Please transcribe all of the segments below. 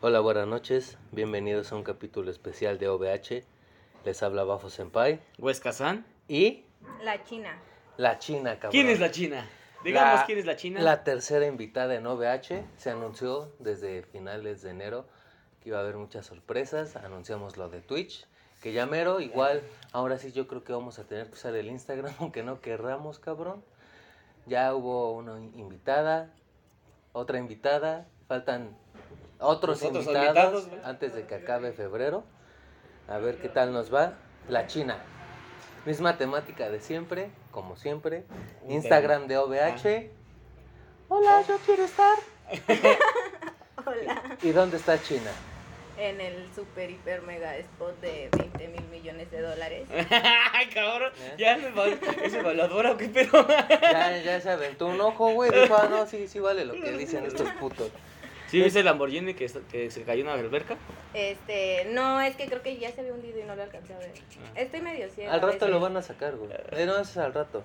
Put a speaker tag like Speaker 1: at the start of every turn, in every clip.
Speaker 1: Hola, buenas noches. Bienvenidos a un capítulo especial de OVH. Les habla Bafo Senpai
Speaker 2: Huesca San.
Speaker 1: y
Speaker 3: La China.
Speaker 1: la China, cabrón.
Speaker 2: ¿Quién es la China? Digamos
Speaker 1: La-
Speaker 2: quién es la China.
Speaker 1: La tercera invitada en OVH se anunció desde finales de enero que iba a haber muchas sorpresas. Anunciamos lo de Twitch, que ya mero, igual, ahora sí yo creo que vamos a tener que usar el Instagram, aunque no querramos, cabrón. Ya hubo una invitada, otra invitada, faltan otros
Speaker 2: Los otros
Speaker 1: invitados,
Speaker 2: invitados, güey.
Speaker 1: antes de que acabe febrero. A ver qué tal nos va. La China. Misma temática de siempre, como siempre.
Speaker 2: Un
Speaker 1: Instagram de OVH. Hola, yo quiero estar.
Speaker 3: Hola.
Speaker 1: ¿Y dónde está China?
Speaker 3: En el super, hiper, mega spot de 20 mil millones de dólares.
Speaker 2: Cabrón,
Speaker 1: ¿Eh?
Speaker 2: ya es evalu- es evaluadora o qué pedo.
Speaker 1: Ya, ya se aventó un ojo, güey. Dijo, ah, no, sí, sí vale lo que dicen estos putos.
Speaker 2: ¿Sí viste el Lamborghini que, está- que se cayó en la alberca?
Speaker 3: Este, no, es que creo que ya se había hundido y no lo alcancé a ver. Estoy medio ciega.
Speaker 1: Ah. Al rato lo van a sacar, güey. Eh, no, eso es al rato.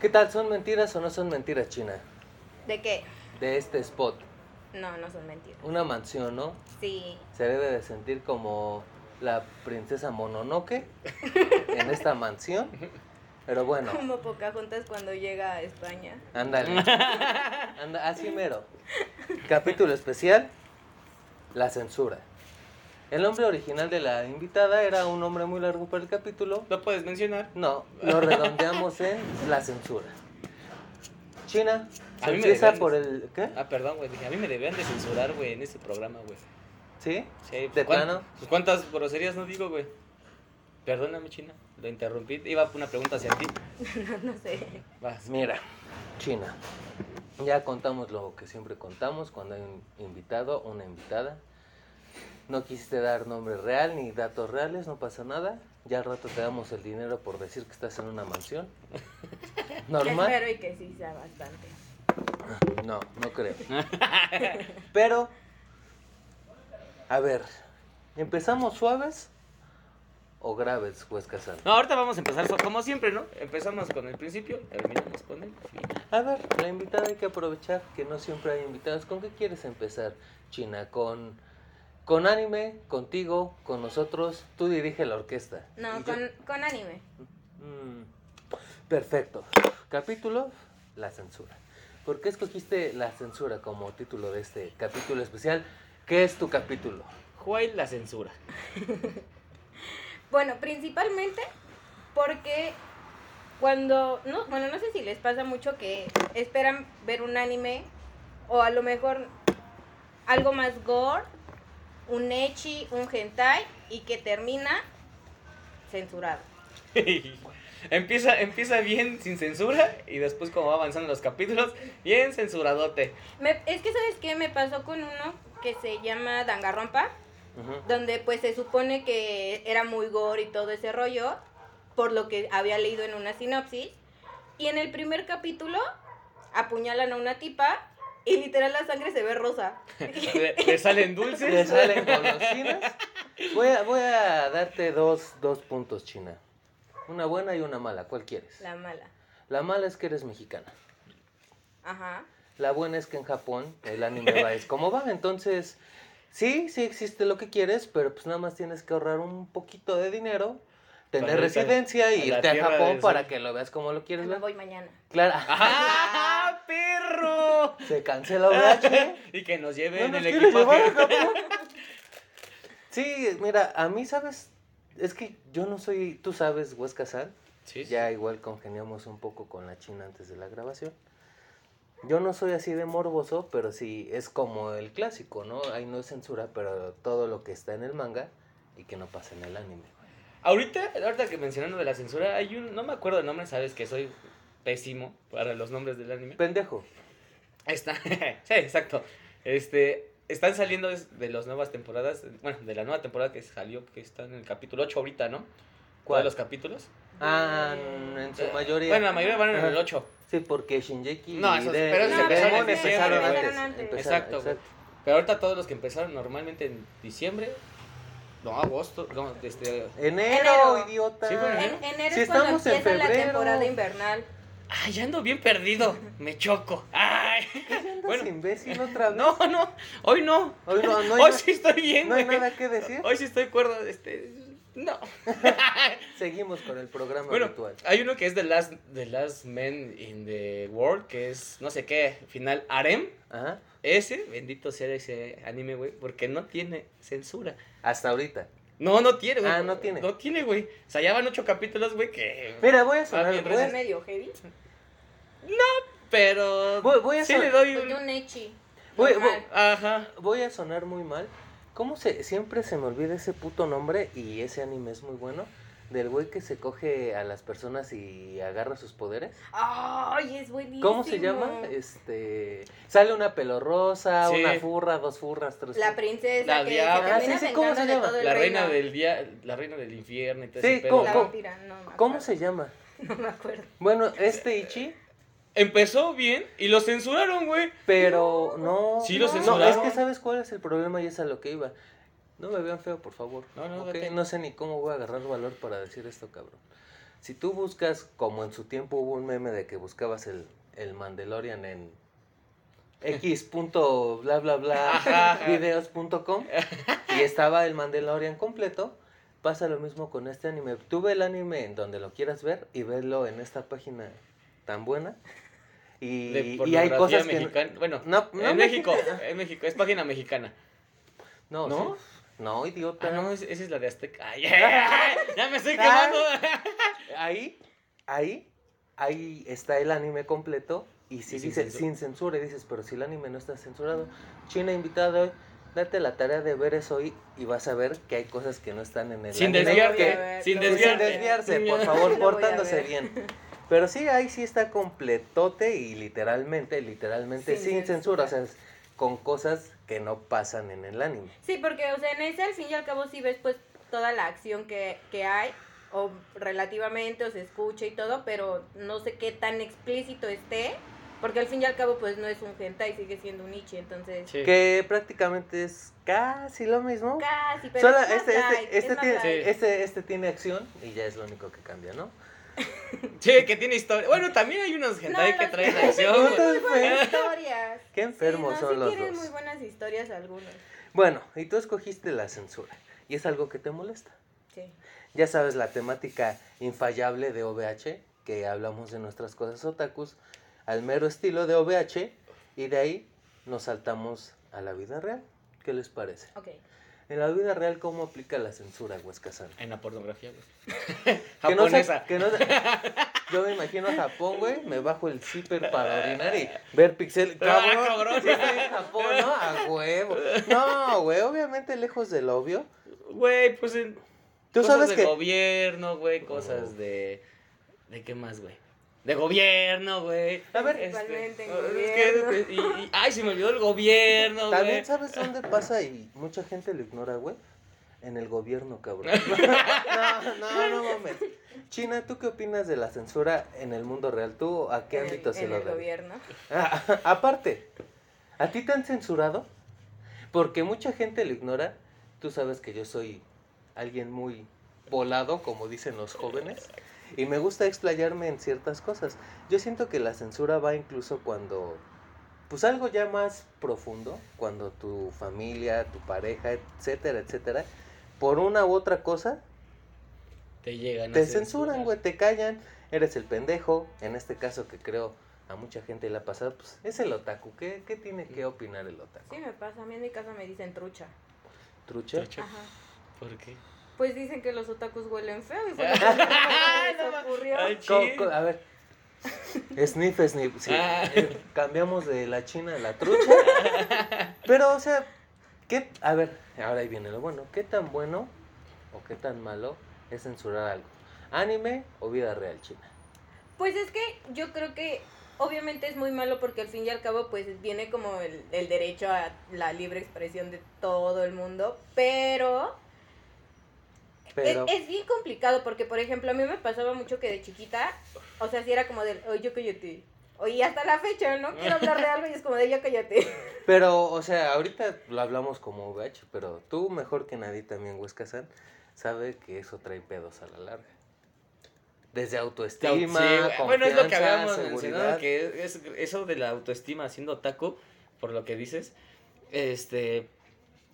Speaker 1: ¿Qué tal? ¿Son mentiras o no son mentiras, China?
Speaker 3: ¿De qué?
Speaker 1: De este spot.
Speaker 3: No, no son mentiras.
Speaker 1: Una mansión, ¿no?
Speaker 3: Sí.
Speaker 1: Se debe de sentir como la princesa Mononoke en esta mansión. Pero bueno,
Speaker 3: Como Pocahontas cuando llega a España.
Speaker 1: ándale. Anda, así mero. Capítulo especial, la censura. El nombre original de la invitada era un nombre muy largo para el capítulo.
Speaker 2: Lo puedes mencionar.
Speaker 1: No, lo redondeamos en la censura. China,
Speaker 2: A mí me
Speaker 1: empieza
Speaker 2: deberían-
Speaker 1: por el... ¿Qué?
Speaker 2: Ah, perdón, güey. Dije, a mí me debían de censurar, güey, en este programa, güey.
Speaker 1: ¿Sí?
Speaker 2: Sí,
Speaker 1: ¿De
Speaker 2: ¿cuán-
Speaker 1: plano?
Speaker 2: pues, ¿Cuántas groserías no digo, güey? Perdóname, China. Lo interrumpí. Iba una pregunta hacia ti.
Speaker 3: No sé.
Speaker 2: Vas.
Speaker 1: Mira, China. Ya contamos lo que siempre contamos cuando hay un invitado, una invitada. No quisiste dar nombre real ni datos reales, no pasa nada. Ya al rato te damos el dinero por decir que estás en una mansión. Normal.
Speaker 3: Espero y que sí sea bastante.
Speaker 1: No, no creo. Pero, a ver, ¿empezamos suaves o graves, Huesca San?
Speaker 2: No, ahorita vamos a empezar so- como siempre, ¿no? Empezamos con el principio, terminamos con el final.
Speaker 1: A ver, la invitada hay que aprovechar que no siempre hay invitados. ¿Con qué quieres empezar, China? ¿Con, con anime? ¿Contigo? ¿Con nosotros? Tú dirige la orquesta.
Speaker 3: No,
Speaker 1: Y yo-
Speaker 3: con, con anime.
Speaker 1: Mm, perfecto. Capítulo, la censura. ¿Por qué escogiste la censura como título de este capítulo especial? ¿Qué es tu capítulo?
Speaker 2: Juay la censura.
Speaker 3: Bueno, principalmente porque cuando, no, bueno, no sé si les pasa mucho que esperan ver un anime o a lo mejor algo más gore, un echi, un hentai y que termina censurado.
Speaker 2: empieza, empieza bien sin censura y después como va avanzando los capítulos, bien censuradote.
Speaker 3: Me- es que sabes qué me pasó con uno que se llama Dangarrompa,
Speaker 1: Ujú.
Speaker 3: donde pues se supone que era muy gore y todo ese rollo, por lo que había leído en una sinopsis. Y en el primer capítulo apuñalan a una tipa y literal la sangre se ve rosa.
Speaker 2: Le, le salen dulces.
Speaker 1: ¿Le salen golosinas? Voy a, voy a darte dos, dos puntos, China. Una buena y una mala. ¿Cuál quieres?
Speaker 3: La mala.
Speaker 1: La mala es que eres mexicana.
Speaker 3: Ajá.
Speaker 1: La buena es que en Japón el anime va es como va. Entonces, sí, sí existe lo que quieres, pero pues nada más tienes que ahorrar un poquito de dinero, tener
Speaker 2: Para irte
Speaker 1: residencia
Speaker 2: a
Speaker 1: y
Speaker 2: la
Speaker 1: irte a
Speaker 2: tierra
Speaker 1: Japón
Speaker 2: del
Speaker 1: para
Speaker 2: sol.
Speaker 1: que lo veas como lo quieres
Speaker 3: Me
Speaker 1: ver.
Speaker 3: voy mañana.
Speaker 1: Claro,
Speaker 2: ¡Ah, perro!
Speaker 1: se cancela VH.
Speaker 2: y que nos lleve
Speaker 1: No
Speaker 2: en
Speaker 1: nos
Speaker 2: el
Speaker 1: quieres
Speaker 2: equipo.
Speaker 1: llevar a Japón. Sí, mira, a mí, ¿sabes? Es que yo no soy, tú sabes, Huesca San.
Speaker 2: Sí, sí.
Speaker 1: Ya igual congeniamos un poco con la China antes de la grabación. Yo no soy así de morboso, pero sí es como el clásico, ¿no? Ahí no es censura, pero todo lo que está en el manga y que no pasa en el anime.
Speaker 2: Ahorita, ahorita que mencionando de la censura, hay un, no me acuerdo el nombre, sabes que soy pésimo para los nombres del anime.
Speaker 1: Pendejo.
Speaker 2: Está, sí, exacto. Este, están saliendo es- de las nuevas temporadas, bueno, de la nueva temporada que salió, que está en el capítulo 8 ahorita, ¿no?
Speaker 1: ¿Cuál?
Speaker 2: Todos los capítulos.
Speaker 1: Ah, en su
Speaker 2: Eh,
Speaker 1: mayoría.
Speaker 2: Bueno, la mayoría van en
Speaker 1: Ajá.
Speaker 2: el 8.
Speaker 1: Sí, porque Shinjeki
Speaker 2: No,
Speaker 1: y
Speaker 2: esos-
Speaker 1: de,
Speaker 2: pero
Speaker 1: y
Speaker 3: esos
Speaker 1: Demon
Speaker 3: empezaron en diciembre,
Speaker 1: empezaron antes.
Speaker 3: empezaron antes.
Speaker 1: empezaron-
Speaker 2: Exacto, güey. Pero ahorita todos los que empezaron normalmente en diciembre, no, agosto, no, este...
Speaker 1: Enero,
Speaker 3: Enero.
Speaker 1: idiota. ¿Eh?
Speaker 2: Sí, fue en
Speaker 3: En enero
Speaker 1: Sí,
Speaker 3: es cuando
Speaker 1: estamos en
Speaker 3: empieza la
Speaker 1: febrero.
Speaker 3: temporada invernal.
Speaker 2: Ay, ya ando bien perdido, me choco. Ay.
Speaker 1: ¿Qué se anda Bueno.
Speaker 2: Bueno.
Speaker 1: imbécil otra vez.
Speaker 2: No, no, hoy no.
Speaker 1: Hoy no, no hay,
Speaker 2: Hoy
Speaker 1: na-
Speaker 2: sí estoy bien,
Speaker 1: no hay
Speaker 2: güey.
Speaker 1: nada que decir.
Speaker 2: Hoy sí estoy cuerdo, este. No.
Speaker 1: Seguimos con el programa
Speaker 2: bueno,
Speaker 1: habitual.
Speaker 2: hay uno que es The Last, the Last Man in the World, que es no sé qué, final harem.
Speaker 1: Ajá.
Speaker 2: Ese, bendito sea ese anime, güey, porque no tiene censura.
Speaker 1: Hasta ahorita.
Speaker 2: No, no tiene, güey.
Speaker 1: Ah, no tiene.
Speaker 2: No tiene, güey. O sea, ya van ocho capítulos, güey, que.
Speaker 1: Mira, voy a sonar.
Speaker 2: Ah, bien,
Speaker 1: voy,
Speaker 3: ¿Es
Speaker 1: a,
Speaker 2: gracias.
Speaker 3: medio heavy?
Speaker 2: Pero.
Speaker 1: Voy- voy a
Speaker 2: sí
Speaker 1: sol-
Speaker 2: le doy
Speaker 3: Pues de
Speaker 2: un.
Speaker 3: un echi.
Speaker 1: Voy-
Speaker 3: normal.
Speaker 2: Ajá.
Speaker 1: voy a sonar muy mal. ¿Cómo se, siempre se me olvida ese puto nombre y ese anime es muy bueno? Del güey que se coge a las personas y agarra sus poderes.
Speaker 3: Ay, es buenísimo.
Speaker 1: ¿Cómo se llama? Este. Sale una pelorrosa,
Speaker 2: Sí.
Speaker 1: una furra, dos furras, tres.
Speaker 3: La
Speaker 1: furras.
Speaker 3: princesa
Speaker 2: La
Speaker 3: que
Speaker 2: diabla.
Speaker 3: se termina
Speaker 1: Ah, sí, sí, ¿cómo
Speaker 3: ¿cómo
Speaker 1: se
Speaker 3: se
Speaker 1: llama?
Speaker 3: todo el
Speaker 2: La reina
Speaker 3: reino.
Speaker 2: del día. La reina del infierno y todo
Speaker 1: Sí,
Speaker 2: ese pedo.
Speaker 1: ¿cómo-
Speaker 3: La
Speaker 1: ¿cómo?
Speaker 3: vampira, no me
Speaker 1: ¿Cómo
Speaker 3: acuerdo.
Speaker 1: se llama?
Speaker 3: No me acuerdo.
Speaker 1: Bueno, este Ichi,
Speaker 2: Empezó bien y lo censuraron, güey.
Speaker 1: pero no.
Speaker 2: Sí, lo
Speaker 1: no,
Speaker 2: censuraron.
Speaker 1: es que sabes cuál es el problema y es a lo que iba. No me vean feo, por favor.
Speaker 2: No, no,
Speaker 1: ¿ok?
Speaker 2: date.
Speaker 1: no sé ni cómo voy a agarrar valor para decir esto, cabrón. Si tú buscas, como en su tiempo hubo un meme de que buscabas el, el Mandalorian en x punto bla bla
Speaker 2: Ajá,
Speaker 1: bla
Speaker 2: ajá.
Speaker 1: videos.com y estaba el Mandalorian completo, pasa lo mismo con este anime. Tú ve el anime en donde lo quieras ver y verlo en esta página tan buena. Y,
Speaker 2: De
Speaker 1: y hay
Speaker 2: pornografía
Speaker 1: cosas que...
Speaker 2: mexicana. Bueno,
Speaker 1: No, no
Speaker 2: en México, en México, es página mexicana.
Speaker 1: No,
Speaker 2: ¿No?
Speaker 1: sí. no idiota.
Speaker 2: Ah, no, es- esa es la de Azteca. Ay, ya me estoy
Speaker 1: Ah.
Speaker 2: quemando.
Speaker 1: Ahí, ahí, ahí está el anime completo y si
Speaker 2: Y sin
Speaker 1: dice
Speaker 2: censura.
Speaker 1: sin censura y dices, pero si el anime no está censurado, China invitada hoy, date la tarea de ver eso hoy y vas a ver que hay cosas que no están en el
Speaker 2: Sin
Speaker 1: anime.
Speaker 2: desviarte,
Speaker 1: que-
Speaker 2: sin
Speaker 1: Pues, sin desviarse, por favor,
Speaker 3: Lo voy a
Speaker 1: portándose
Speaker 3: ver.
Speaker 1: bien. Pero sí, ahí sí está completote y literalmente, literalmente sin,
Speaker 3: Sin
Speaker 1: censura,
Speaker 3: censura.
Speaker 1: o sea, es con cosas que no pasan en el anime.
Speaker 3: Sí, porque, o sea, en ese al fin y al cabo sí ves pues toda la acción que, que hay, o relativamente, o se escucha y todo, pero no sé qué tan explícito esté, porque al fin y al cabo pues no es un hentai, sigue siendo un ichi, entonces
Speaker 1: Que prácticamente es casi lo mismo.
Speaker 3: casi, pero
Speaker 1: Solo
Speaker 3: es más
Speaker 1: este,
Speaker 3: light,
Speaker 1: este,
Speaker 3: es
Speaker 1: este,
Speaker 3: más
Speaker 1: tiene,
Speaker 3: light.
Speaker 2: Sí.
Speaker 1: este, este tiene acción y ya es lo único que cambia, ¿no?
Speaker 2: Che, que tiene historia. Bueno, también hay unos hentai
Speaker 3: No,
Speaker 2: que
Speaker 3: los-
Speaker 2: traen
Speaker 1: No,
Speaker 2: acción. güey.
Speaker 1: entonces,
Speaker 3: Muy buenas historias.
Speaker 1: Qué enfermos
Speaker 3: sí, no,
Speaker 1: son
Speaker 3: sí
Speaker 1: los
Speaker 3: tienen
Speaker 1: dos.
Speaker 3: muy buenas historias algunos.
Speaker 1: Bueno, y tú escogiste la censura y es algo que te molesta.
Speaker 3: Sí.
Speaker 1: Ya sabes la temática infallable de OVH, que hablamos de nuestras cosas otakus, al mero estilo de OVH, y de ahí nos saltamos a la vida real. ¿Qué les parece?
Speaker 3: Ok.
Speaker 1: En la vida real, ¿cómo aplica la censura, Huescazán?
Speaker 2: En la pornografía, güey.
Speaker 1: Que no se-
Speaker 2: Japonesa.
Speaker 1: que no se- yo me imagino Japón, güey, me bajo el zipper para orinar y ver pixel.
Speaker 2: Ah,
Speaker 1: Cabrón,
Speaker 2: cabrón.
Speaker 1: sí estoy en Japón, ¿no? A huevo. No, güey, obviamente lejos del obvio.
Speaker 2: Güey, pues en.
Speaker 1: Tú
Speaker 2: cosas
Speaker 1: sabes
Speaker 2: de
Speaker 1: que
Speaker 2: gobierno, güey. Cosas
Speaker 1: Oh.
Speaker 2: de. ¿De qué más, güey? De gobierno, güey. Este,
Speaker 1: A ver.
Speaker 3: Principalmente en
Speaker 2: es que-
Speaker 3: gobierno.
Speaker 2: y- y- ay, se me olvidó el gobierno, güey.
Speaker 1: también sabes dónde pasa y mucha gente lo ignora, güey. En el gobierno, cabrón. No, no, no mames. China, ¿tú qué opinas de la censura en el mundo real? ¿Tú a qué
Speaker 3: En el-
Speaker 1: ámbito se
Speaker 3: en
Speaker 1: lo
Speaker 3: el
Speaker 1: darías?
Speaker 3: gobierno.
Speaker 1: Ah, aparte, ¿a ti te han censurado? Porque mucha gente lo ignora. Tú sabes que yo soy alguien muy volado, como dicen los jóvenes, y me gusta explayarme en ciertas cosas. Yo siento que la censura va incluso cuando, pues algo ya más profundo, cuando tu familia, tu pareja, etcétera, etcétera, por una u otra cosa,
Speaker 2: Te llegan a
Speaker 1: te
Speaker 2: censurar.
Speaker 1: censuran, güey, te callan, eres el pendejo. En este caso que creo a mucha gente le ha pasado, pues es el otaku. ¿Qué, qué tiene que opinar el otaku?
Speaker 3: Sí, me pasa. A mí en mi casa me dicen trucha.
Speaker 1: ¿Trucha?
Speaker 2: Che,
Speaker 3: Ajá.
Speaker 2: ¿Por qué?
Speaker 3: Pues dicen que los otakus huelen feo y fue lo que se les ocurrió.
Speaker 2: Ay,
Speaker 1: Co-
Speaker 2: Sí.
Speaker 1: co- a ver. Sniff, sniff. Sí.
Speaker 2: Ah.
Speaker 1: Eh, cambiamos de la china a la trucha. Pero, o sea, ¿qué? A ver, ahora ahí viene lo bueno. ¿Qué tan bueno o qué tan malo es censurar algo? ¿Anime o vida real china?
Speaker 3: Pues es que yo creo que obviamente es muy malo porque al fin y al cabo pues viene como el, el derecho a la libre expresión de todo el mundo, pero,
Speaker 1: Pero,
Speaker 3: Es, es bien complicado porque por ejemplo a mí me pasaba mucho que de chiquita, o sea, si era como del, oye, yo cállate. Oye, hasta la fecha, ¿no? Quiero hablar de algo y es como de, yo cállate.
Speaker 1: pero, o sea, ahorita lo hablamos como VH, pero tú mejor que nadie también, Huesca San, sabe que eso trae pedos a la larga. Desde autoestima,
Speaker 2: Sí, güey. bueno, es lo que
Speaker 1: confianza,
Speaker 2: habíamos
Speaker 1: seguridad.
Speaker 2: mencionado, que es, es- eso de la autoestima haciendo taco por lo que dices, este,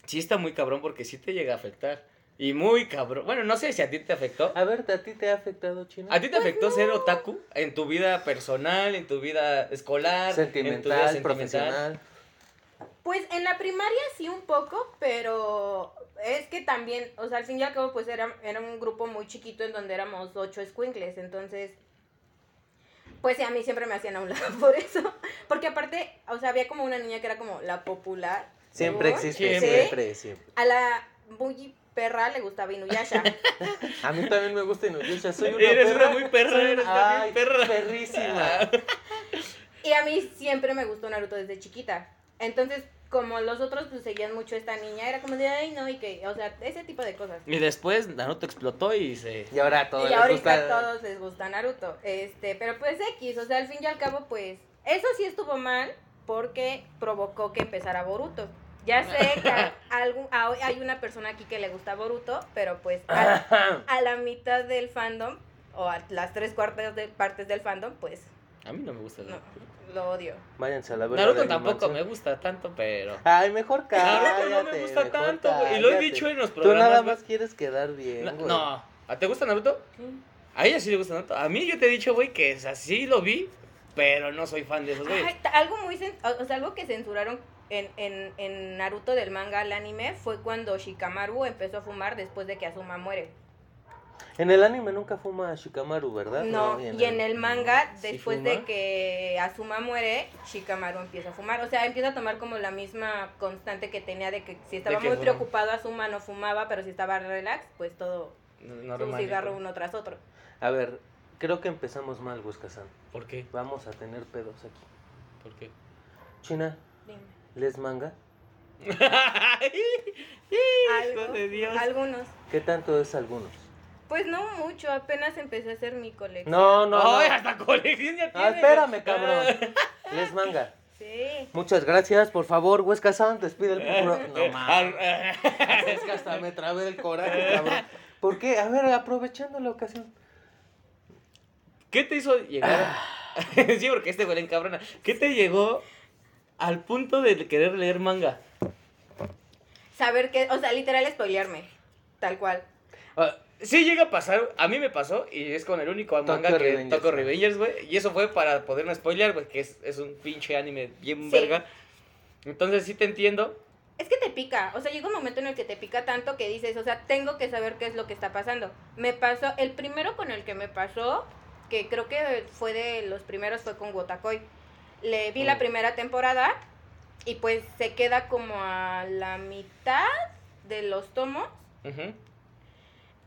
Speaker 2: sí está muy cabrón porque sí te llega a afectar. Y muy cabrón. Bueno, no sé si a ti te afectó.
Speaker 1: A ver, ¿a ti te ha afectado, Chino?
Speaker 2: ¿A ti te afectó ser otaku en tu vida personal, en tu vida escolar, en tu vida
Speaker 1: Sentimental, profesional.
Speaker 3: Pues en la primaria sí un poco, pero es que también, o sea, al fin y al cabo, pues era, era un grupo muy chiquito en donde éramos ocho escuincles, entonces, pues sí, a mí siempre me hacían a un lado por eso, porque aparte, o sea, había como una niña que era como la popular.
Speaker 1: Siempre
Speaker 3: según,
Speaker 1: existe,
Speaker 2: Siempre.
Speaker 1: siempre, siempre.
Speaker 3: A la muy perra le gustaba Inuyasha.
Speaker 1: A mí también me gusta Inuyasha, soy una
Speaker 2: Eres
Speaker 1: perra.
Speaker 2: una muy perra,
Speaker 1: soy una-
Speaker 2: eres una
Speaker 1: ay,
Speaker 2: bien perra. Ah.
Speaker 1: perrísima.
Speaker 3: y a mí siempre me gustó Naruto desde chiquita. Entonces, como los otros pues seguían mucho a esta niña, era como de, ay, no, y que, o sea, ese tipo de cosas.
Speaker 2: Y después Naruto explotó y se...
Speaker 1: Y ahora todo
Speaker 3: Y
Speaker 1: les
Speaker 3: ahorita
Speaker 1: gusta.
Speaker 3: a todos les gusta Naruto. Este, pero pues X, o sea, al fin y al cabo, pues, eso sí estuvo mal porque provocó que empezara Boruto. Ya sé que a- algún- a- hay una persona aquí que le gusta Boruto, pero pues a, a la mitad del fandom, o a las tres cuartas de, partes del fandom, pues
Speaker 2: A mí no me gusta
Speaker 3: no,
Speaker 2: Naruto.
Speaker 3: lo odio.
Speaker 1: Váyanse a la verga
Speaker 2: Naruto
Speaker 1: de
Speaker 2: tampoco me
Speaker 1: animación.
Speaker 2: gusta tanto, pero...
Speaker 1: Ay, mejor cállate.
Speaker 2: Naruto no me gusta
Speaker 1: mejor
Speaker 2: tanto, güey. Y lo he
Speaker 1: cállate.
Speaker 2: dicho en los
Speaker 1: Tú
Speaker 2: programas.
Speaker 1: nada
Speaker 2: güey.
Speaker 1: más quieres quedar bien, güey.
Speaker 2: No, ¿A- ¿Ah, ¿te gusta Naruto? A ella sí le gusta Naruto. A mí yo te he dicho, güey, que es así lo vi, pero no soy fan de esos güeyes.
Speaker 3: Ay, ta- algo muy cen- o o sea, algo que censuraron en, en, en Naruto del manga al anime fue cuando Shikamaru empezó a fumar después de que Asuma muere.
Speaker 1: En el anime nunca fuma Shikamaru, ¿verdad?
Speaker 3: No, y en el manga,
Speaker 2: ¿Sí
Speaker 3: después
Speaker 2: fuma?
Speaker 3: de que Asuma muere, Shikamaru empieza a fumar. O sea, empieza a tomar como la misma constante que tenía de que si estaba
Speaker 2: que
Speaker 3: muy
Speaker 2: fuma.
Speaker 3: preocupado Asuma no fumaba, pero si estaba relax, pues todo
Speaker 2: No,
Speaker 3: un
Speaker 2: normal,
Speaker 3: cigarro
Speaker 2: güey.
Speaker 3: uno tras otro.
Speaker 1: A ver, creo que empezamos mal, Huescazán.
Speaker 2: ¿Por qué?
Speaker 1: Vamos a tener pedos aquí.
Speaker 2: ¿Por qué?
Speaker 1: China,
Speaker 3: Dime.
Speaker 1: ¿les manga?
Speaker 2: Hijo
Speaker 3: Algo,
Speaker 2: de Dios.
Speaker 3: Algunos.
Speaker 1: ¿Qué tanto es algunos?
Speaker 3: Pues no mucho, apenas empecé a hacer mi colección.
Speaker 1: No, no, no.
Speaker 2: Ay, hasta colección ya
Speaker 1: Ah,
Speaker 2: tiene.
Speaker 1: espérame, cabrón. Les manga.
Speaker 3: Sí.
Speaker 1: Muchas gracias, por favor, Huesca San, despide el programa. No mames,
Speaker 2: Ah,
Speaker 1: es que hasta me trabé del coraje, cabrón. ¿Por qué? A ver, aprovechando la ocasión.
Speaker 2: ¿Qué te hizo llegar? a- sí, porque este güey en cabrona. ¿Qué te llegó al punto de querer leer manga?
Speaker 3: Saber que, o sea, literal spoilearme. Tal cual.
Speaker 2: Ah, sí llega a pasar, a mí me pasó y es con el único manga que
Speaker 1: Revengers,
Speaker 2: Tokyo
Speaker 1: ¿no?
Speaker 2: Revengers, güey. Y eso fue para poder no spoilear, güey, que es, es un pinche anime bien
Speaker 3: Sí.
Speaker 2: verga. Entonces sí te entiendo.
Speaker 3: Es que te pica, o sea, llega un momento en el que te pica tanto que dices, o sea, tengo que saber qué es lo que está pasando. Me pasó, el primero con el que me pasó, que creo que fue de los primeros, fue con Wotakoi. Le vi la
Speaker 1: Mm.
Speaker 3: primera temporada y pues se queda como a la mitad de los tomos
Speaker 2: Ujú.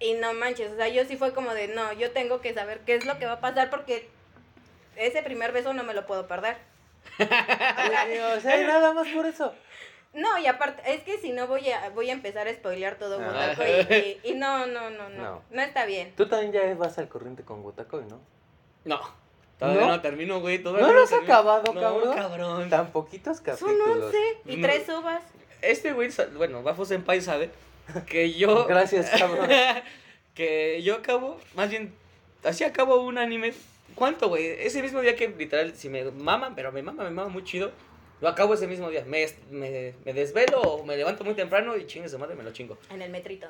Speaker 3: y no manches, o sea, yo sí fue como de, no, yo tengo que saber qué es lo que va a pasar porque ese primer beso no me lo puedo perder.
Speaker 1: Oye, O sea, y nada más por eso.
Speaker 3: No, y aparte, es que si no voy a, voy a empezar a spoilear todo
Speaker 1: Ah.
Speaker 3: Wotaku y, y- y no, no, no, no,
Speaker 1: No.
Speaker 3: no. está bien.
Speaker 1: Tú también ya vas al corriente con Wotakoi, ¿no?
Speaker 2: No. Todavía
Speaker 1: ¿No?
Speaker 2: no, termino, güey. todavía
Speaker 1: ¿No lo has
Speaker 2: termino.
Speaker 1: acabado,
Speaker 2: No,
Speaker 1: cabrón?
Speaker 2: cabrón.
Speaker 1: Tan poquitos
Speaker 3: Son
Speaker 1: capítulos.
Speaker 3: once y
Speaker 2: No.
Speaker 3: tres ovas.
Speaker 2: Este güey, sa- bueno, Bafo Senpai sabe que yo.
Speaker 1: Gracias, cabrón.
Speaker 2: que yo acabo, más bien, así acabo un anime. ¿Cuánto, güey? Ese mismo día que literal, si me maman, pero me mama, me mama muy chido. Lo acabo ese mismo día. Me, est- me, me desvelo o me levanto muy temprano y chingue su madre, me lo chingo.
Speaker 3: En el metrito.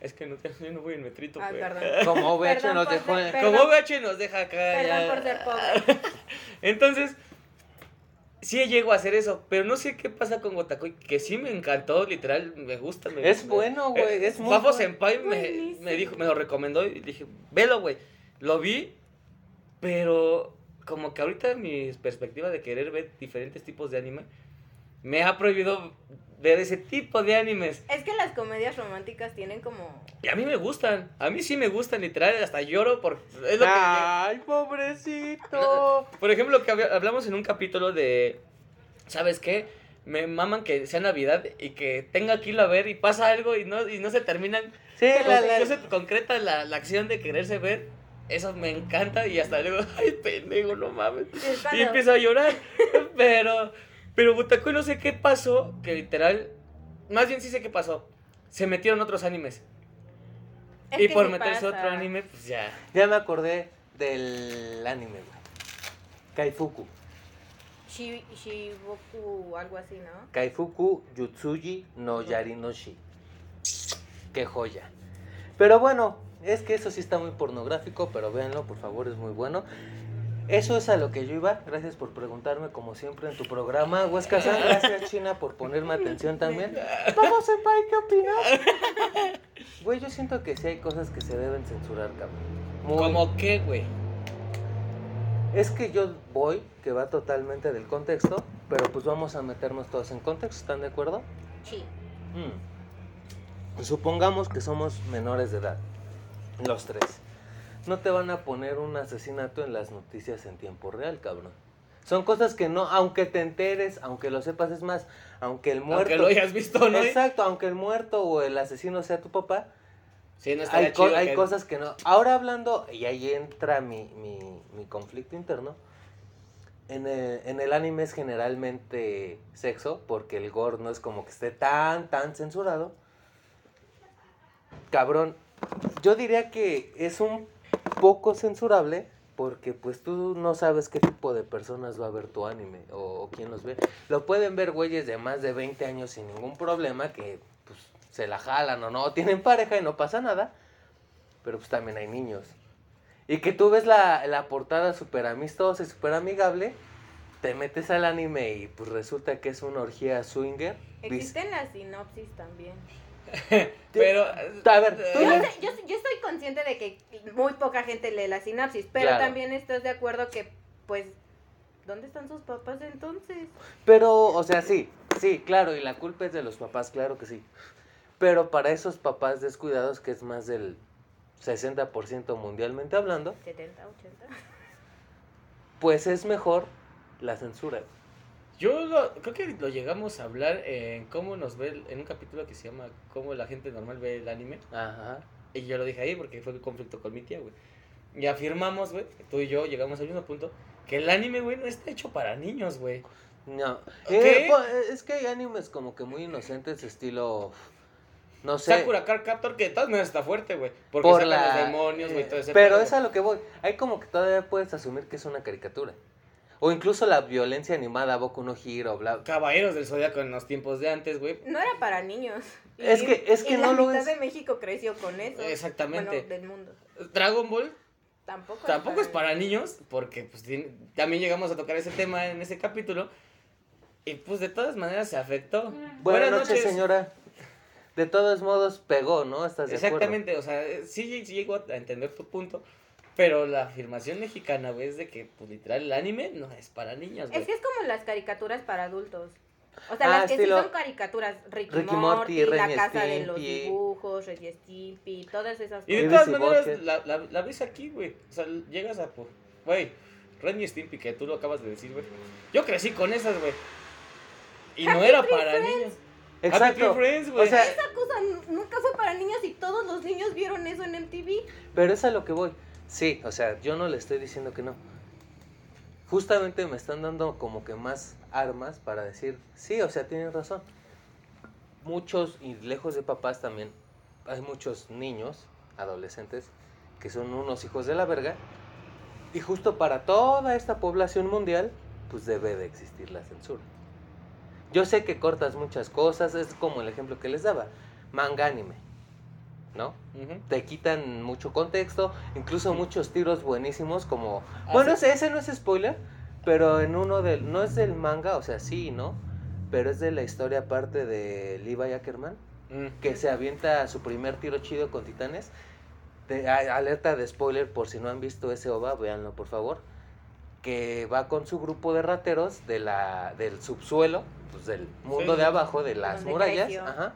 Speaker 2: Es que no, te- yo no voy en metrito,
Speaker 3: Ah,
Speaker 2: güey.
Speaker 3: perdón.
Speaker 1: Como VH
Speaker 3: Perdón
Speaker 1: nos
Speaker 3: por
Speaker 1: dejó
Speaker 3: ser
Speaker 1: en-
Speaker 3: per-
Speaker 2: Como
Speaker 3: Perdón.
Speaker 2: VH nos deja acá.
Speaker 3: Perdón
Speaker 2: ya-
Speaker 3: por ser pobre.
Speaker 2: Entonces, sí llego a hacer eso, pero no sé qué pasa con Gotakoy, que sí me encantó, literal, me gusta. me-
Speaker 1: Es bueno, güey,
Speaker 2: Eh,
Speaker 1: es muy
Speaker 2: Fafo
Speaker 1: bueno.
Speaker 2: Senpai me,
Speaker 3: Buenísimo.
Speaker 2: me dijo, me lo recomendó y dije, velo, güey. Lo vi, pero como que ahorita mi perspectiva de querer ver diferentes tipos de anime me ha prohibido ver ese tipo de animes.
Speaker 3: Es que las comedias románticas tienen como...
Speaker 2: Y a mí me gustan, a mí sí me gustan, literal, hasta lloro por... Es lo que-
Speaker 1: Ay, pobrecito.
Speaker 2: Por ejemplo, que había- hablamos en un capítulo de. ¿Sabes qué? Me maman que sea Navidad y que tenga que irlo a ver y pasa algo y no, y no se terminan.
Speaker 1: Sí,
Speaker 2: No
Speaker 1: la,
Speaker 2: se-
Speaker 1: la-
Speaker 2: no se concreta la, la acción de quererse ver. Eso me encanta y hasta luego, ay, pendejo, no mames.
Speaker 3: Es
Speaker 2: Y
Speaker 3: cuando-
Speaker 2: empiezo a llorar. Pero, pero Butaku no sé qué pasó, que literal. Más bien sí sé qué pasó. Se metieron otros animes.
Speaker 3: es
Speaker 2: y
Speaker 3: que
Speaker 2: por
Speaker 3: sí
Speaker 2: meterse
Speaker 3: pasa.
Speaker 2: otro anime, pues ya.
Speaker 1: Ya me acordé del anime, güey. Kaifuku.
Speaker 3: Shi- Shiboku, algo así, ¿no?
Speaker 1: Kaifuku Yutsuji no Yarinoshi. Qué joya. Pero bueno, es que eso sí está muy pornográfico, pero véanlo, por favor, es muy bueno. Eso es a lo que yo iba. Gracias por preguntarme, como siempre, en tu programa. Huesca-san, gracias, China, por ponerme atención también. Todo sepa hay que opinar. Güey, yo siento que sí hay cosas que se deben censurar, cabrón. Muy-
Speaker 2: ¿Cómo qué, güey?
Speaker 1: es que yo voy, que va totalmente del contexto, pero pues vamos a meternos todos en contexto, ¿están de acuerdo?
Speaker 3: Sí.
Speaker 1: Mm. Supongamos que somos menores de edad, los tres. No te van a poner un asesinato en las noticias en tiempo real, cabrón. Son cosas que no, aunque te enteres, aunque lo sepas, es más, aunque el muerto.
Speaker 2: Aunque lo hayas visto, ¿no?
Speaker 1: Exacto, aunque el muerto o el asesino sea tu papá,
Speaker 2: Sí, no estaría
Speaker 1: hay, co-
Speaker 2: chido
Speaker 1: hay
Speaker 2: que-
Speaker 1: cosas que no. Ahora hablando, y ahí entra mi, mi- mi conflicto interno. En el, en el anime es generalmente sexo, porque el gore no es como que esté tan, tan censurado. Cabrón, yo diría que es un poco censurable, porque pues tú no sabes qué tipo de personas va a ver tu anime o, o quién los ve. Lo pueden ver güeyes de más de 20 años sin ningún problema, que pues se la jalan o no, tienen pareja y no pasa nada. Pero pues también hay niños. Y que tú ves la, la portada súper amistosa y súper amigable, te metes al anime y pues resulta que es una orgía swinger. Dis-
Speaker 3: Existen las sinopsis también.
Speaker 2: Pero... eh,
Speaker 1: A ver, tú
Speaker 3: Yo,
Speaker 1: le-
Speaker 3: sé- yo, yo estoy consciente de que muy poca gente lee las sinopsis, pero
Speaker 1: Claro.
Speaker 3: también estás de acuerdo que, pues, ¿dónde están sus papás entonces?
Speaker 1: Pero, o sea, sí, sí, claro, y la culpa es de los papás, claro que sí. Pero para esos papás descuidados, que es más del 60% mundialmente hablando,
Speaker 3: 70, 80.
Speaker 1: pues es mejor la censura.
Speaker 2: Yo lo- creo que lo llegamos a hablar en cómo nos ve, el- en un capítulo que se llama Cómo la gente normal ve el anime.
Speaker 1: Ajá.
Speaker 2: Y yo lo dije ahí porque fue el conflicto con mi tía, güey. Y afirmamos, güey, tú y yo llegamos al mismo punto, que el anime, güey, no está hecho para niños, güey.
Speaker 1: No.
Speaker 2: ¿Qué?
Speaker 1: Eh, po- es que hay animes como que muy inocentes, estilo. No sé.
Speaker 2: Sakura Card Captor, que de todas maneras está fuerte, güey. Porque
Speaker 1: por
Speaker 2: sacan
Speaker 1: la- eh,
Speaker 2: los demonios, güey, todo ese
Speaker 1: Pero
Speaker 2: pedo,
Speaker 1: es a lo que voy. Hay como que todavía puedes asumir que es una caricatura. O incluso la violencia animada, Boku no Hiro, bla.
Speaker 2: güey. Caballeros del Zodíaco en los tiempos de antes, güey.
Speaker 3: No era para niños.
Speaker 1: Es que- es que
Speaker 3: y
Speaker 1: no
Speaker 3: la
Speaker 1: lo
Speaker 3: mitad
Speaker 1: es.
Speaker 3: de México creció con eso.
Speaker 2: Exactamente.
Speaker 3: Bueno, del mundo.
Speaker 2: Dragon Ball
Speaker 3: Tampoco,
Speaker 2: Tampoco es para niños, porque pues tiene- también llegamos a tocar ese tema en ese capítulo. Y pues de todas maneras se afectó.
Speaker 1: Buenas, noches, señora. De todos modos, pegó, ¿no? ¿Estás de
Speaker 2: Exactamente, o sea, eh, sí, sí llego a entender tu punto. Pero la afirmación mexicana, güey, es de que, pues, literal, el anime no es para niños, güey.
Speaker 3: Es que es como las caricaturas para adultos. O sea,
Speaker 1: Ah,
Speaker 3: las que
Speaker 1: estilo-
Speaker 3: sí son caricaturas. Ricky,
Speaker 1: Ricky Morty,
Speaker 3: Morty, La
Speaker 1: Ren y
Speaker 3: Casa de los
Speaker 1: Stimpy.
Speaker 3: Dibujos, Reggie Stimpy, todas esas
Speaker 2: Y de
Speaker 1: Oye,
Speaker 3: cosas.
Speaker 2: todas
Speaker 1: dice
Speaker 2: maneras,
Speaker 1: Borges.
Speaker 2: la, la, la ves aquí, güey. O sea, llegas a por. Güey, Ren y Stimpy, que tú lo acabas de decir, güey. Yo crecí con esas, güey. Y no era para niños.
Speaker 1: acuerdo?
Speaker 2: Happy Tree
Speaker 1: Exacto.
Speaker 2: Friends,
Speaker 1: o
Speaker 2: güey.
Speaker 1: sea,
Speaker 3: Esa cosa n- nunca fue para niños y todos los niños vieron eso en MTV.
Speaker 1: pero es a lo que voy. Sí, o sea, yo no le estoy diciendo que no. Justamente me están dando como que más armas para decir, sí, o sea, tienes razón. Muchos, y lejos de papás también, hay muchos niños, adolescentes, que son unos hijos de la verga. Y justo para toda esta población mundial, pues debe de existir la censura. Yo sé que cortas muchas cosas, es como el ejemplo que les daba, manga anime, ¿no?
Speaker 2: Ujú.
Speaker 1: te quitan mucho contexto, incluso muchos tiros buenísimos como... Bueno,
Speaker 2: Así-
Speaker 1: ese, ese no es spoiler, pero en uno del... No es del manga, o sea, sí, ¿no? Pero es de la historia aparte de Levi Ackerman,
Speaker 2: Mm.
Speaker 1: que se avienta su primer tiro chido con Titanes. Te- a- alerta de spoiler por si no han visto ese OVA, véanlo por favor. Que va con su grupo de rateros de la, del subsuelo, pues del mundo
Speaker 2: Sí,
Speaker 1: de
Speaker 2: sí.
Speaker 1: abajo, de las
Speaker 3: Donde
Speaker 1: murallas.
Speaker 3: creció.
Speaker 1: Ajá.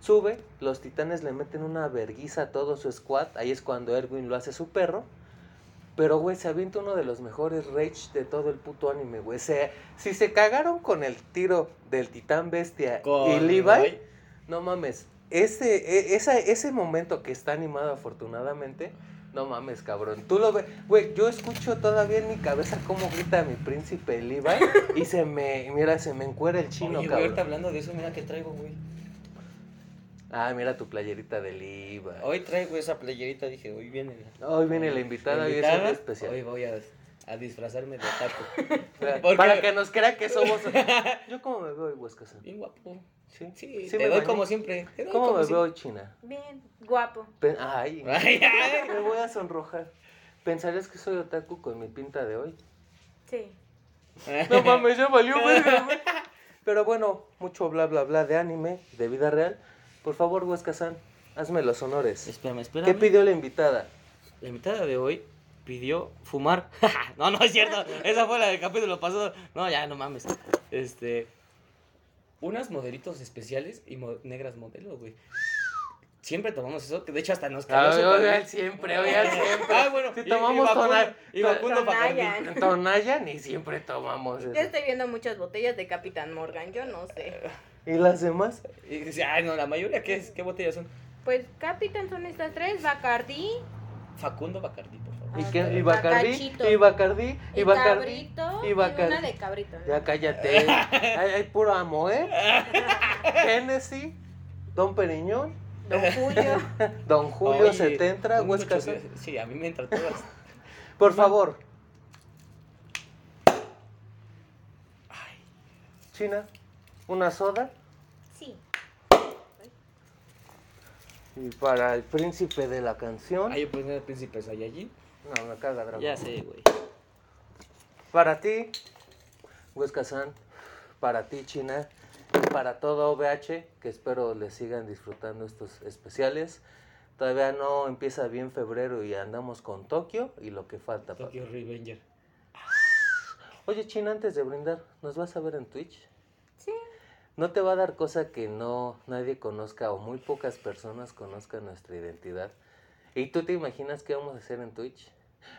Speaker 1: Sube, los titanes le meten una verguiza a todo su squad. Ahí es cuando Erwin lo hace su perro. Pero, güey, se avienta uno de los mejores rage de todo el puto anime, güey. Se- si se cagaron con el tiro del titán bestia
Speaker 2: Con-
Speaker 1: y
Speaker 2: Ay.
Speaker 1: Levi, no mames, ese, e- esa- ese momento que está animado afortunadamente, no mames, cabrón. Tú lo ves, güey, yo escucho todavía en mi cabeza cómo grita mi príncipe Levi y se me, mira, se me encuera el
Speaker 2: Oye,
Speaker 1: chino,
Speaker 2: güey, ahorita
Speaker 1: cabrón.
Speaker 2: hablando de eso, mira que traigo, güey.
Speaker 1: Ah, mira tu playerita de Levi.
Speaker 2: Hoy traigo esa playerita, dije, hoy viene la
Speaker 1: Hoy viene la invitada,
Speaker 2: la
Speaker 1: hoy es un
Speaker 2: invitada,
Speaker 1: especial.
Speaker 2: Hoy voy a, a disfrazarme de taco.
Speaker 1: Para-
Speaker 2: Porque-
Speaker 1: Para que nos crea que somos. Yo como me veo Huescasán.
Speaker 2: Bien guapo.
Speaker 1: Sí,
Speaker 2: Sí,
Speaker 1: sí
Speaker 2: te
Speaker 1: me
Speaker 2: doy
Speaker 1: bañé.
Speaker 2: como siempre. Te doy
Speaker 1: ¿Cómo
Speaker 2: como
Speaker 1: me
Speaker 2: siempre.
Speaker 1: veo China?
Speaker 3: Bien, guapo.
Speaker 1: Pe- Ay,
Speaker 2: Ay, ay.
Speaker 1: me voy a sonrojar. ¿Pensarías que soy otaku con mi pinta de hoy?
Speaker 3: Sí.
Speaker 1: No mames, ya valió verga, güey. Pero bueno, mucho bla bla bla de anime, de vida real. Por favor, Huescasán, hazme los honores.
Speaker 2: Espérame, espérame.
Speaker 1: ¿Qué pidió la invitada?
Speaker 2: La invitada de hoy pidió fumar. no, no es cierto. Esa fue la del capítulo pasado. No, ya, no mames. Este. Unas modelitos especiales y mo- negras modelo, güey. Siempre tomamos eso, que de hecho hasta nos caló
Speaker 1: Ay,
Speaker 2: su
Speaker 1: oigan,
Speaker 2: padre.
Speaker 1: siempre, oigan, siempre.
Speaker 2: Ah, bueno.
Speaker 1: Si
Speaker 2: y- y
Speaker 1: tomamos
Speaker 2: vacuno-
Speaker 1: tonar-
Speaker 2: Y vacuno
Speaker 3: Tonayan.
Speaker 2: Bacardí.
Speaker 1: En Tonayan y siempre tomamos
Speaker 3: Yo
Speaker 1: eso.
Speaker 3: estoy viendo muchas botellas de Capitán Morgan, yo no sé.
Speaker 1: ¿Y las demás?
Speaker 2: Y dice, ay, no, la mayoría, ¿qué, es? ¿qué botellas son?
Speaker 3: Pues Capitán son estas tres, Bacardi,
Speaker 2: Facundo Bacardí, por favor.
Speaker 1: ¿Y,
Speaker 3: Ah,
Speaker 1: qué?
Speaker 3: pero
Speaker 1: ¿Y Bacardí?
Speaker 3: Bacachito.
Speaker 1: ¿Y Bacardí? ¿Y
Speaker 3: y
Speaker 1: Bacardí?
Speaker 3: Cabrito
Speaker 1: y
Speaker 3: y una
Speaker 1: Bacardí.
Speaker 3: de Cabrito. ¿no?
Speaker 1: Ya cállate. Hay, hay puro amo, ¿eh? Genesis, Don Periñón,
Speaker 3: Don Julio.
Speaker 1: Don Julio
Speaker 2: Oye,
Speaker 1: 70,
Speaker 2: un
Speaker 1: Huesca.
Speaker 2: ocho- Sí, a mí me entran todas.
Speaker 1: Por favor. China, una soda.
Speaker 3: Sí.
Speaker 1: Y para el príncipe de la canción.
Speaker 2: Ahí pues el príncipe Saiyajin.
Speaker 1: No, me caga, Dragon.
Speaker 2: Ya sé, güey.
Speaker 1: Para ti, Huesca San, para ti, China, y para todo OVH, que espero les sigan disfrutando estos especiales. Todavía no empieza bien febrero y andamos con Tokio y lo que falta. papi.
Speaker 2: Tokyo Revenger.
Speaker 1: Oye, China, antes de brindar, ¿nos vas a ver en Twitch?
Speaker 3: Sí.
Speaker 1: ¿No te va a dar cosa que no nadie conozca o muy pocas personas conozcan nuestra identidad? ¿Y tú te imaginas qué vamos a hacer en Twitch?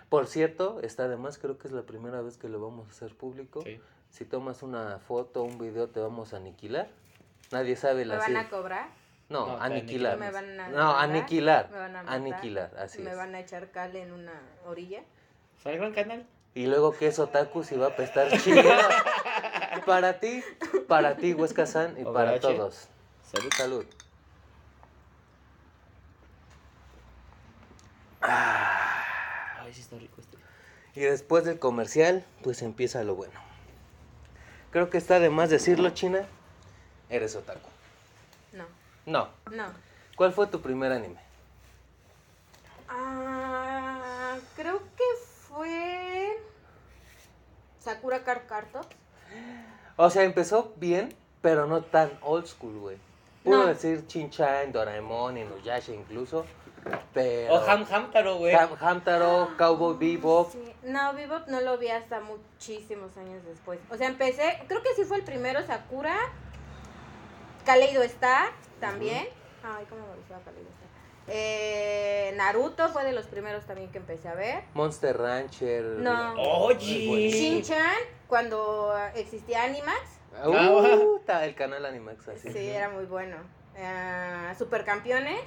Speaker 1: Por cierto, está además, creo que es la primera vez que lo vamos a hacer público.
Speaker 2: Sí.
Speaker 1: Si tomas una foto o un video te vamos a aniquilar. Nadie sabe
Speaker 3: ¿Me
Speaker 1: la
Speaker 3: van
Speaker 1: cir-
Speaker 3: a cobrar?
Speaker 1: No,
Speaker 2: No, te
Speaker 1: aniquilar.
Speaker 3: ¿Me van a
Speaker 1: no,
Speaker 3: matar?
Speaker 1: aniquilar.
Speaker 3: ¿Me van a matar?
Speaker 1: aniquilar, así
Speaker 3: ¿Me
Speaker 1: es.
Speaker 3: van a echar cal en una orilla?
Speaker 2: ¿Sale gran canal?
Speaker 1: Y luego que es otaku si va a apestar chido. para ti, para ti, Huesca San, y para
Speaker 2: Obrache.
Speaker 1: todos.
Speaker 2: Salud.
Speaker 1: Salud.
Speaker 2: Ay, sí está rico este.
Speaker 1: Y después del comercial, pues empieza lo bueno. Creo que está de más decirlo, China. Eres otaku.
Speaker 3: No,
Speaker 1: No.
Speaker 3: no.
Speaker 1: ¿Cuál fue tu primer anime?
Speaker 3: Ah, creo que fue Sakura Card Captors.
Speaker 1: O sea, empezó bien, pero no tan old school, güey. Pudo
Speaker 3: No.
Speaker 1: decir Chinchan, Doraemon, Inuyasha incluso, pero...
Speaker 2: O Ham Hamtaro, güey.
Speaker 1: Ham- Hamtaro, Cowboy Bebop.
Speaker 3: Sí. No, Bebop no lo vi hasta muchísimos años después. O sea, empecé, creo que sí fue el primero Sakura. Kaleido Star también. Ay, cómo me gustaba Kaleido Star. Eh, Naruto fue de los primeros también que empecé a ver.
Speaker 1: Monster Rancher.
Speaker 3: No.
Speaker 2: Oye.
Speaker 3: Shin-Chan, cuando ah, existía Animax.
Speaker 1: Uh, ta- el canal Animax así.
Speaker 3: Sí, era muy bueno. Ah, Supercampeones.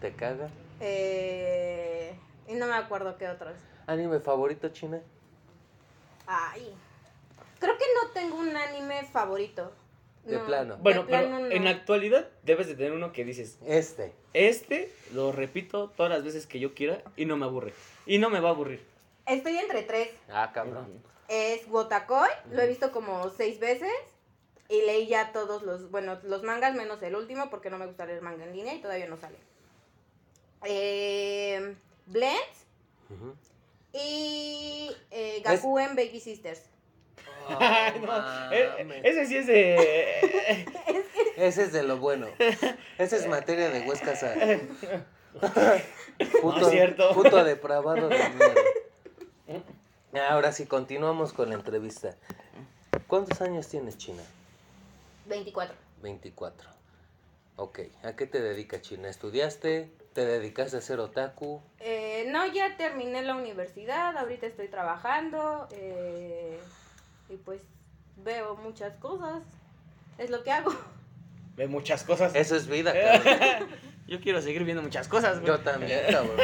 Speaker 1: Te caga.
Speaker 3: eh, y no me acuerdo qué otros.
Speaker 1: Anime favorito china.
Speaker 3: Ay. Creo que no tengo un anime favorito.
Speaker 1: De
Speaker 3: No,
Speaker 1: plano.
Speaker 3: de
Speaker 2: Bueno, pero
Speaker 3: plano no.
Speaker 2: en la actualidad debes de tener uno que dices,
Speaker 1: Este.
Speaker 2: este lo repito todas las veces que yo quiera y no me aburre. Y no me va a aburrir.
Speaker 3: Estoy entre tres.
Speaker 1: Ah, cabrón.
Speaker 3: Es Wotakoi, lo he visto como seis veces. Y leí ya todos los, bueno, los mangas menos el último porque no me gusta leer manga en línea y todavía no sale. Eh, Blends
Speaker 1: Ujú.
Speaker 3: y eh, Gaku en Baby Sisters.
Speaker 1: Oh,
Speaker 2: No, eh,
Speaker 1: mames.
Speaker 2: ese sí es de... eh,
Speaker 1: Ese es de lo bueno. Esa es materia de Huesca Sa. Puto,
Speaker 2: No es cierto.
Speaker 1: puto depravado de mierda. Ahora sí, continuamos con la entrevista. ¿Cuántos años tienes, China?
Speaker 3: 24.
Speaker 1: 24. Ok, ¿a qué te dedicas, China? ¿Estudiaste? ¿Te dedicaste a ser otaku?
Speaker 3: Eh, no, ya terminé la universidad, ahorita estoy trabajando eh, y pues veo muchas cosas. Es lo que hago.
Speaker 2: Ve muchas cosas.
Speaker 1: Eso es vida, cabrón.
Speaker 2: Yo quiero seguir viendo muchas cosas, güey.
Speaker 1: Yo también, cabrón.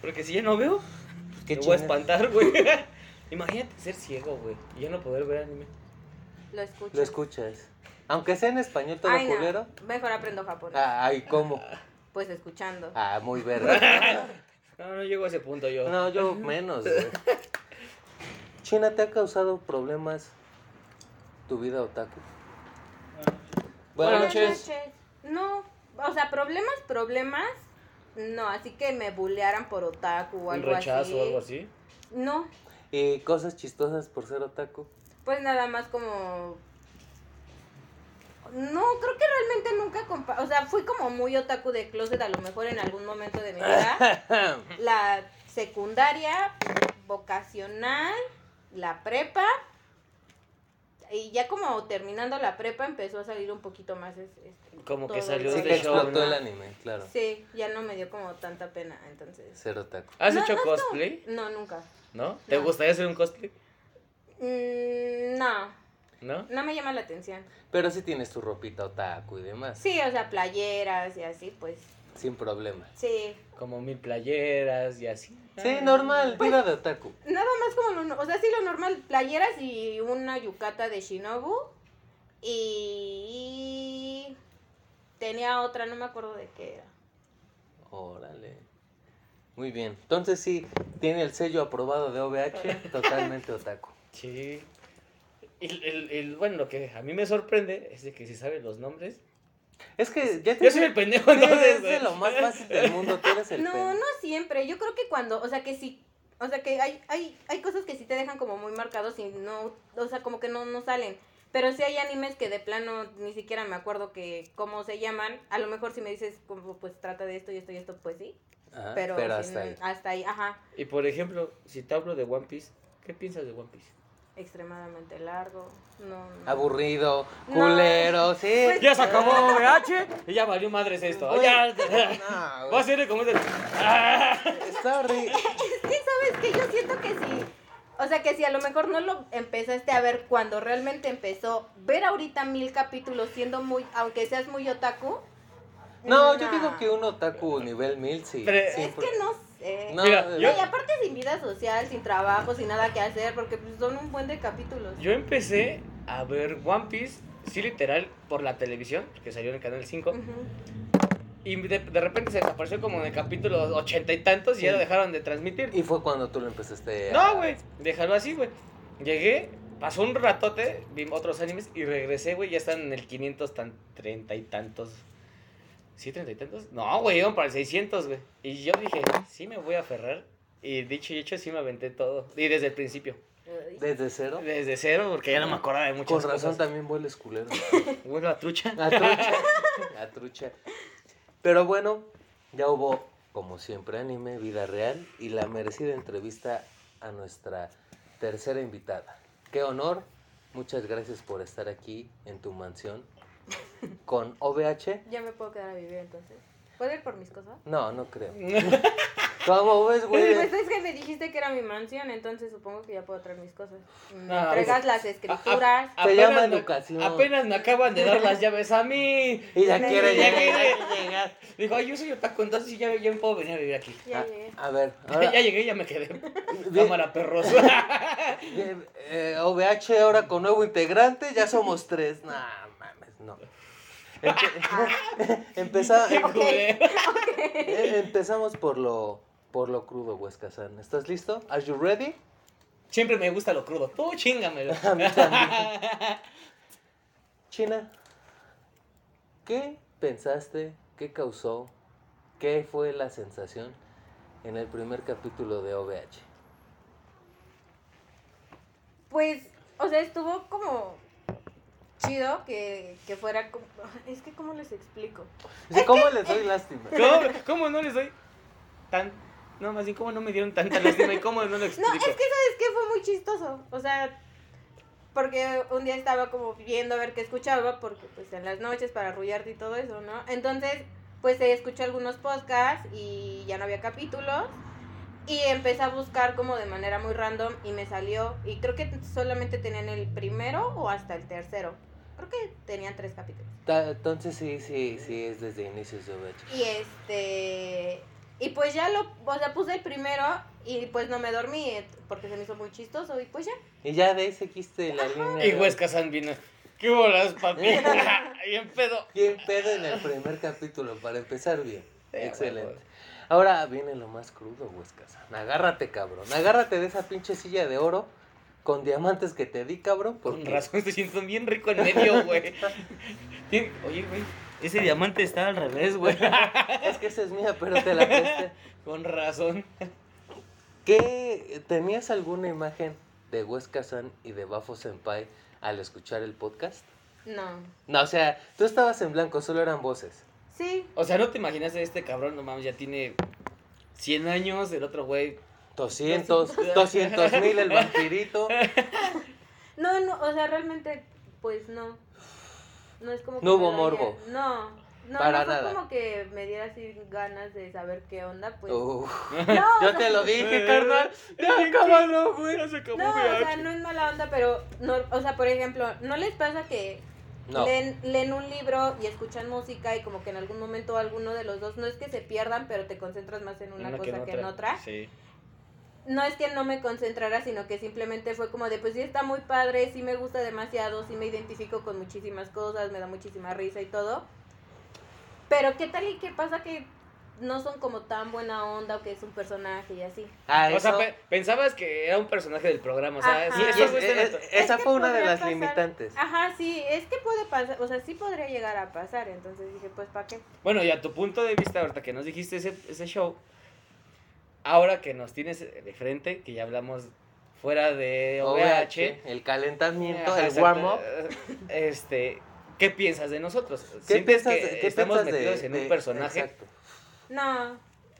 Speaker 2: Porque si ya no veo,
Speaker 1: ¿Qué
Speaker 2: me voy a
Speaker 1: chingas?
Speaker 2: espantar, güey. Imagínate ser ciego, güey. Y ya no poder ver anime.
Speaker 3: Lo escucho.
Speaker 1: Lo escuchas. Aunque sea en español todo
Speaker 3: Ay, no,
Speaker 1: culero. Ah,
Speaker 3: Mejor aprendo japonés.
Speaker 2: Ah.
Speaker 1: Ay, ¿cómo?
Speaker 3: Pues escuchando.
Speaker 1: Ah, muy verga.
Speaker 2: No, no llego a ese punto yo.
Speaker 1: No, yo menos, güey. China, ¿te ha causado problemas tu vida otaku?
Speaker 2: Buenas
Speaker 3: Buenas
Speaker 2: noches.
Speaker 3: noches. No, o sea, problemas, problemas. No, así que me bulearan por otaku o
Speaker 2: Un
Speaker 3: algo así.
Speaker 2: rechazo o algo así.
Speaker 3: No,
Speaker 1: ¿Y cosas chistosas por ser otaku?
Speaker 3: pues nada más como. No, creo que realmente nunca. compa- O sea, fui como muy otaku de closet a lo mejor en algún momento de mi vida. la secundaria, vocacional, la prepa. Y ya como terminando la prepa empezó a salir un poquito más. es- este,
Speaker 2: Como que
Speaker 3: todo
Speaker 2: salió
Speaker 3: el
Speaker 1: Sí
Speaker 2: de
Speaker 1: que
Speaker 3: rollo.
Speaker 2: show,
Speaker 1: explotó
Speaker 2: ¿no?
Speaker 1: el anime, claro.
Speaker 3: Sí, ya no me dio como tanta pena, entonces.
Speaker 1: Ser otaku.
Speaker 2: ¿Has
Speaker 3: No,
Speaker 2: hecho
Speaker 3: no, no.
Speaker 2: cosplay?
Speaker 3: No, nunca.
Speaker 2: ¿No? ¿Te
Speaker 3: No.
Speaker 2: gustaría hacer un cosplay?
Speaker 3: Mm, no,
Speaker 2: ¿No?
Speaker 3: no me llama la atención.
Speaker 1: Pero si tienes tu ropita otaku y demás,
Speaker 3: Sí, o sea, playeras y así, pues.
Speaker 1: sin problema.
Speaker 3: Sí.
Speaker 2: Como mil playeras y así.
Speaker 1: Sí, normal,
Speaker 3: Pues
Speaker 1: vida de otaku.
Speaker 3: Nada más como lo, no- o sea, sí lo normal, playeras y una yucata de Shinobu y tenía otra, no me acuerdo de qué era.
Speaker 1: Órale. Muy bien. Entonces sí, tiene el sello aprobado de OVH, totalmente otaku.
Speaker 2: Sí. El, el- el- bueno, lo que a mí me sorprende es de que si sabe los nombres.
Speaker 1: Es que ya te
Speaker 2: Yo soy el pendejo, entonces.
Speaker 1: es de lo más fácil del mundo, tú eres el
Speaker 3: no,
Speaker 1: pendejo.
Speaker 3: no siempre, yo creo que cuando, o sea, que sí, o sea, que hay hay hay cosas que sí te dejan como muy marcados y no, o sea, como que no no salen. Pero sí hay animes que de plano ni siquiera me acuerdo que cómo se llaman. A lo mejor si me dices como pues trata de esto y esto y esto, pues sí.
Speaker 1: Ajá,
Speaker 3: Pero, si
Speaker 1: Ah, hasta
Speaker 3: no-
Speaker 1: ahí.
Speaker 3: hasta ahí, ajá.
Speaker 2: Y por ejemplo, si te hablo de One Piece, ¿qué piensas de One Piece?
Speaker 3: Extremadamente largo. No, no.
Speaker 1: Ah, Aburrido,
Speaker 3: No.
Speaker 1: culero, sí.
Speaker 3: Pues-
Speaker 2: Ya se acabó VH y ya valió madres esto.
Speaker 1: Oye.
Speaker 2: Ya.
Speaker 3: Pues
Speaker 1: No,
Speaker 2: Va a ser el comentario. ¡Ah!
Speaker 1: Está horrible.
Speaker 3: Es que sabes que yo siento que sí. O sea, que si a lo mejor no lo empezaste a ver cuando realmente empezó, ver ahorita mil capítulos siendo muy, aunque seas muy otaku.
Speaker 1: No,
Speaker 3: nah.
Speaker 1: yo digo que un otaku nivel 1000 sí.
Speaker 2: Pero-
Speaker 1: sí,
Speaker 3: Es
Speaker 1: por-
Speaker 3: que no sé.
Speaker 1: No,
Speaker 2: Mira,
Speaker 1: de-
Speaker 2: yo-
Speaker 3: No, y aparte sin vida social, sin trabajo, sin nada que hacer, porque pues, son un buen de capítulos.
Speaker 2: Yo empecé a ver One Piece, sí literal, por la televisión, que salió en el canal 5.
Speaker 3: Ujú.
Speaker 2: Y de, de repente se desapareció como en el capítulo ochenta y tantos y ya lo dejaron de transmitir.
Speaker 1: Y fue cuando tú lo empezaste a-
Speaker 2: No, güey, déjalo así, güey. Llegué, pasó un ratote, vi otros animes y regresé, güey, ya están en el 500, tan, 30 y tantos. ¿Sí, 30 y tantos? No, güey, iban para el 600, güey. Y yo dije, sí me voy a aferrar. Y dicho y hecho, sí me aventé todo. Y desde el principio.
Speaker 3: Ay.
Speaker 1: Desde cero.
Speaker 2: Desde cero, porque ya no me acordaba de
Speaker 1: Con
Speaker 2: muchas
Speaker 1: razón
Speaker 2: cosas.
Speaker 1: también vueles culero.
Speaker 2: Vuelvo a trucha.
Speaker 1: La trucha. La trucha. Pero bueno, ya hubo, como siempre, anime, vida real y la merecida entrevista a nuestra tercera invitada. Qué honor. Muchas gracias por estar aquí en tu mansión con OVH.
Speaker 3: Ya me puedo quedar a vivir entonces. ¿Puedo ir por mis cosas?
Speaker 1: No, no creo. ¿Cómo ves, güey?
Speaker 3: Pues es que me dijiste que era mi mansión, entonces supongo que ya puedo traer mis cosas. Me
Speaker 2: No,
Speaker 3: entregas las escrituras.
Speaker 2: ah,
Speaker 1: Se llama
Speaker 2: me-
Speaker 1: educación.
Speaker 2: Apenas me acaban de dar las llaves a mí.
Speaker 1: Y ya quiere
Speaker 2: Ya
Speaker 1: llegar.
Speaker 2: quiere.
Speaker 1: ya quiere llegar.
Speaker 2: Digo, ay, yo soy otaku, entonces sí, ya, ya me puedo venir a vivir aquí.
Speaker 3: Ya llegué.
Speaker 1: A, a ver, ahora,
Speaker 2: ya llegué, ya me quedé.
Speaker 1: Bien.
Speaker 2: Cámara perrosa.
Speaker 1: Bien, eh, OVH ahora con nuevo integrante, ya somos tres. No, mames, no. Empe- empeza- em-
Speaker 2: Qué culero.
Speaker 1: eh, empezamos por lo, por lo crudo, Huesca San. ¿Estás listo? ¿Are you ready?
Speaker 2: Siempre me gusta lo crudo. Tú chingamelo.
Speaker 1: A mí también. China, ¿qué pensaste? ¿Qué causó? ¿Qué fue la sensación en el primer capítulo de OVH?
Speaker 3: Pues, o sea, estuvo como chido que, que fuera como... Es que, ¿cómo les explico?
Speaker 1: Dice, ¿Cómo les doy lástima?
Speaker 2: ¿Cómo, cómo no les doy tan.? No, más bien, ¿cómo no me dieron tanta lástima y cómo no lo
Speaker 3: No,
Speaker 2: explico?
Speaker 3: es que, ¿sabes qué? Fue muy chistoso. O sea, porque un día estaba como viendo a ver qué escuchaba, porque pues en las noches para arrullarte y todo eso, ¿no? Entonces, pues eh, escuché algunos podcasts y ya no había capítulos. Y empecé a buscar como de manera muy random y me salió. Y creo que solamente tenían el primero o hasta el tercero. Creo que tenían tres capítulos.
Speaker 1: Ta- Entonces sí, sí, sí, es desde inicios de OVH.
Speaker 3: Y este. Y pues ya lo. O sea, puse el primero y pues no me dormí eh, porque se me hizo muy chistoso. Y pues ya.
Speaker 1: Y ya de ahí seguiste la línea.
Speaker 2: Y
Speaker 1: ¿no?
Speaker 2: Huesca San vino. ¿Qué bolas, papi? Bien pedo.
Speaker 1: Bien pedo en el primer capítulo, para empezar bien.
Speaker 2: Eh,
Speaker 1: Excelente.
Speaker 2: huevo.
Speaker 1: Ahora viene lo más crudo, Huescas. Agárrate, cabrón. Agárrate de esa pinche silla de oro Con diamantes que te di, cabrón.
Speaker 2: Con
Speaker 1: porque-
Speaker 2: razón, estoy siento bien rico en medio, güey. Tiene- Oye, güey, ese diamante está al revés, güey.
Speaker 1: Es que esa es mía, pero te la presté.
Speaker 2: Con razón.
Speaker 1: ¿Qué tenías alguna imagen de Huesca San y de Bafo Senpai al escuchar el podcast?
Speaker 3: No.
Speaker 1: No, o sea, tú estabas en blanco, solo eran voces.
Speaker 3: Sí.
Speaker 2: O sea, no te imaginas a este cabrón, no mames, ya tiene 100 años, el otro güey.
Speaker 1: 200, 200 mil el vampirito.
Speaker 3: No, no, o sea, realmente, pues no. No es como que.
Speaker 1: No
Speaker 3: me
Speaker 1: hubo
Speaker 3: lo
Speaker 1: morbo.
Speaker 3: haya- No. No,
Speaker 1: Para
Speaker 3: no fue
Speaker 1: nada.
Speaker 3: como que me diera así ganas de saber qué onda, pues.
Speaker 1: Uh,
Speaker 3: No,
Speaker 1: yo te lo dije, carnal. Ya, cámalo, güey.
Speaker 2: Ya se acabó,
Speaker 3: No, o
Speaker 2: güey.
Speaker 3: sea, no es mala onda, pero, no, o sea, por ejemplo, ¿no les pasa que
Speaker 1: No,
Speaker 3: leen, leen un libro y escuchan música y como que en algún momento alguno de los dos, no es que se pierdan, pero te concentras más en una,
Speaker 2: Una
Speaker 3: cosa que en otra?
Speaker 2: Sí.
Speaker 3: No es que no me concentrara, sino que simplemente fue como de, pues sí está muy padre, sí me gusta demasiado, sí me identifico con muchísimas cosas, me da muchísima risa y todo. Pero ¿qué tal y qué pasa que no son como tan buena onda o que es un personaje y así?
Speaker 1: a
Speaker 2: O sea,
Speaker 1: Ah, eso-
Speaker 2: pe- pensabas que era un personaje del programa, o sea,
Speaker 3: Ajá.
Speaker 2: sí,
Speaker 1: Y
Speaker 2: estos
Speaker 1: es-
Speaker 2: güeyes
Speaker 1: es-
Speaker 2: tienen-
Speaker 1: esa
Speaker 3: Es que
Speaker 1: fue una de
Speaker 3: podría
Speaker 1: las
Speaker 3: pasar.
Speaker 1: limitantes.
Speaker 2: Ah,
Speaker 3: Ajá, sí, es que puede pasar, o sea, sí podría llegar a pasar, entonces dije, pues ¿para qué?
Speaker 2: Bueno, y a tu punto de vista, ahorita que nos dijiste ese, ese show, ahora que nos tienes de frente, que ya hablamos fuera de
Speaker 3: Ah.
Speaker 1: OVH,
Speaker 2: OVH,
Speaker 1: el calentamiento,
Speaker 2: ajá,
Speaker 1: el
Speaker 2: exacto,
Speaker 1: warm-up.
Speaker 2: Este, ¿qué piensas de nosotros?
Speaker 1: ¿Qué
Speaker 2: ¿Sientes
Speaker 1: piensas,
Speaker 2: que
Speaker 1: qué
Speaker 2: estamos
Speaker 1: piensas de-
Speaker 2: metidos en un
Speaker 1: de-
Speaker 2: personaje?
Speaker 1: Exacto.
Speaker 3: No,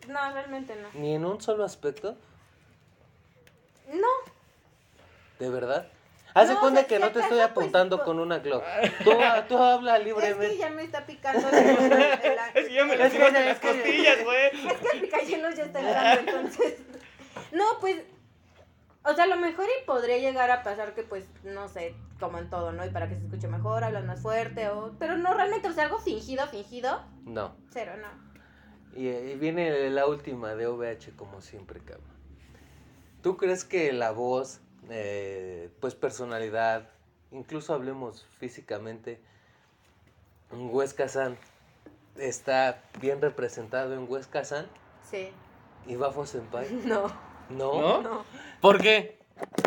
Speaker 3: no, realmente no.
Speaker 1: Ni en un solo aspecto,
Speaker 3: No,
Speaker 1: de verdad. Haz de
Speaker 3: No, o
Speaker 1: cuenta
Speaker 3: sea,
Speaker 1: que
Speaker 3: si
Speaker 1: no te estoy
Speaker 3: acaso, pues,
Speaker 1: apuntando
Speaker 3: po-
Speaker 1: con una Glock. Tú, tú habla
Speaker 3: es que
Speaker 1: libremente.
Speaker 3: ya me está picando. el- el- el-
Speaker 2: Es que ya me
Speaker 1: Es
Speaker 2: las
Speaker 1: que
Speaker 2: llevas
Speaker 1: ya-
Speaker 2: en las
Speaker 1: es que ya-
Speaker 2: costillas, güey.
Speaker 3: Es que el picayelos ya está entrando, entonces. No, pues. O sea, a lo mejor y podría llegar a pasar que, pues, no sé, como en todo, ¿no? Y para que se escuche mejor, hablan más fuerte, o. Pero no, realmente, o sea, algo fingido, fingido,
Speaker 1: No.
Speaker 3: cero, no.
Speaker 1: Y, y viene la última de OVH, como siempre, cabrón. ¿Tú crees que la voz, eh, pues personalidad, incluso hablemos físicamente, Huesca San está bien representado en Huesca San
Speaker 3: Sí.
Speaker 1: y Bafo Senpai?
Speaker 3: No,
Speaker 1: No.
Speaker 2: ¿No?
Speaker 3: no.
Speaker 2: ¿Por qué?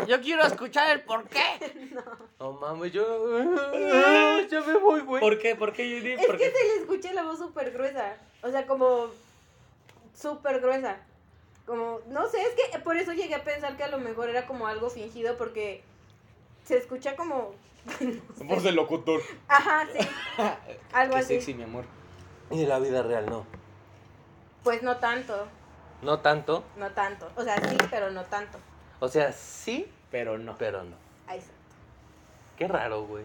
Speaker 2: Yo quiero escuchar el por qué.
Speaker 1: No mames, yo. Ya me voy, güey.
Speaker 2: ¿Por qué? ¿Por qué, Judy?
Speaker 3: Es
Speaker 2: ¿Por
Speaker 3: que
Speaker 2: qué?
Speaker 3: se le escucha la voz súper gruesa. O sea, como. súper gruesa. Como. No sé, es que por eso llegué a pensar que a lo mejor era como algo fingido, porque. se escucha como.
Speaker 2: Voz del locutor.
Speaker 3: Ajá, sí. Algo
Speaker 2: Qué
Speaker 3: así.
Speaker 2: sexy, mi amor.
Speaker 1: Y en la vida real no.
Speaker 3: Pues no tanto,
Speaker 1: No tanto.
Speaker 3: no tanto. O sea, sí, pero no tanto.
Speaker 1: O sea, sí,
Speaker 2: Pero no.
Speaker 1: pero no.
Speaker 3: Ahí está.
Speaker 1: Qué raro, güey.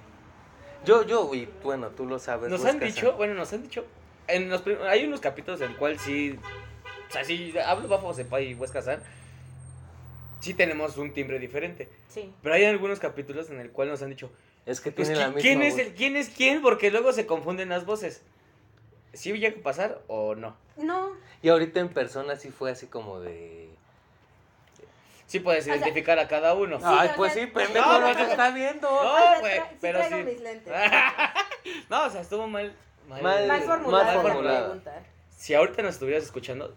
Speaker 1: Yo, yo, y bueno, tú lo sabes.
Speaker 2: Nos
Speaker 1: Huesca
Speaker 2: han
Speaker 1: San.
Speaker 2: dicho, bueno, nos han dicho. En los prim- hay unos capítulos en el cual sí. O sea, sí, hablo bajo Sepa y Huesca San. Sí tenemos un timbre diferente.
Speaker 3: Sí.
Speaker 2: Pero hay algunos capítulos en el cual nos han dicho.
Speaker 1: Es que
Speaker 2: pues,
Speaker 1: tiene la
Speaker 2: ¿qui-
Speaker 1: misma.
Speaker 2: ¿Quién es
Speaker 1: voz.
Speaker 2: el quién es quién? Porque luego se confunden las voces. ¿Sí llega a pasar o no?
Speaker 3: No,
Speaker 1: Y ahorita en persona sí fue así como de.
Speaker 2: Sí puedes
Speaker 3: sea-
Speaker 2: identificar a cada uno.
Speaker 3: Sí,
Speaker 1: Ay,
Speaker 3: o
Speaker 1: pues
Speaker 3: sea-
Speaker 1: sí, pendejo,
Speaker 2: No,
Speaker 1: no,
Speaker 2: no,
Speaker 1: te
Speaker 2: no.
Speaker 1: está viendo.
Speaker 2: No,
Speaker 3: o sea,
Speaker 2: Oh, güey,
Speaker 3: tra- sí
Speaker 2: pero
Speaker 3: traigo
Speaker 2: sí. Ah,
Speaker 3: mis lentes.
Speaker 2: no, o sea, estuvo mal. Mal,
Speaker 1: Mal-
Speaker 3: Mal formulada
Speaker 1: mal
Speaker 3: la
Speaker 1: formulada.
Speaker 3: pregunta. ¿eh?
Speaker 2: Si ahorita nos estuvieras escuchando,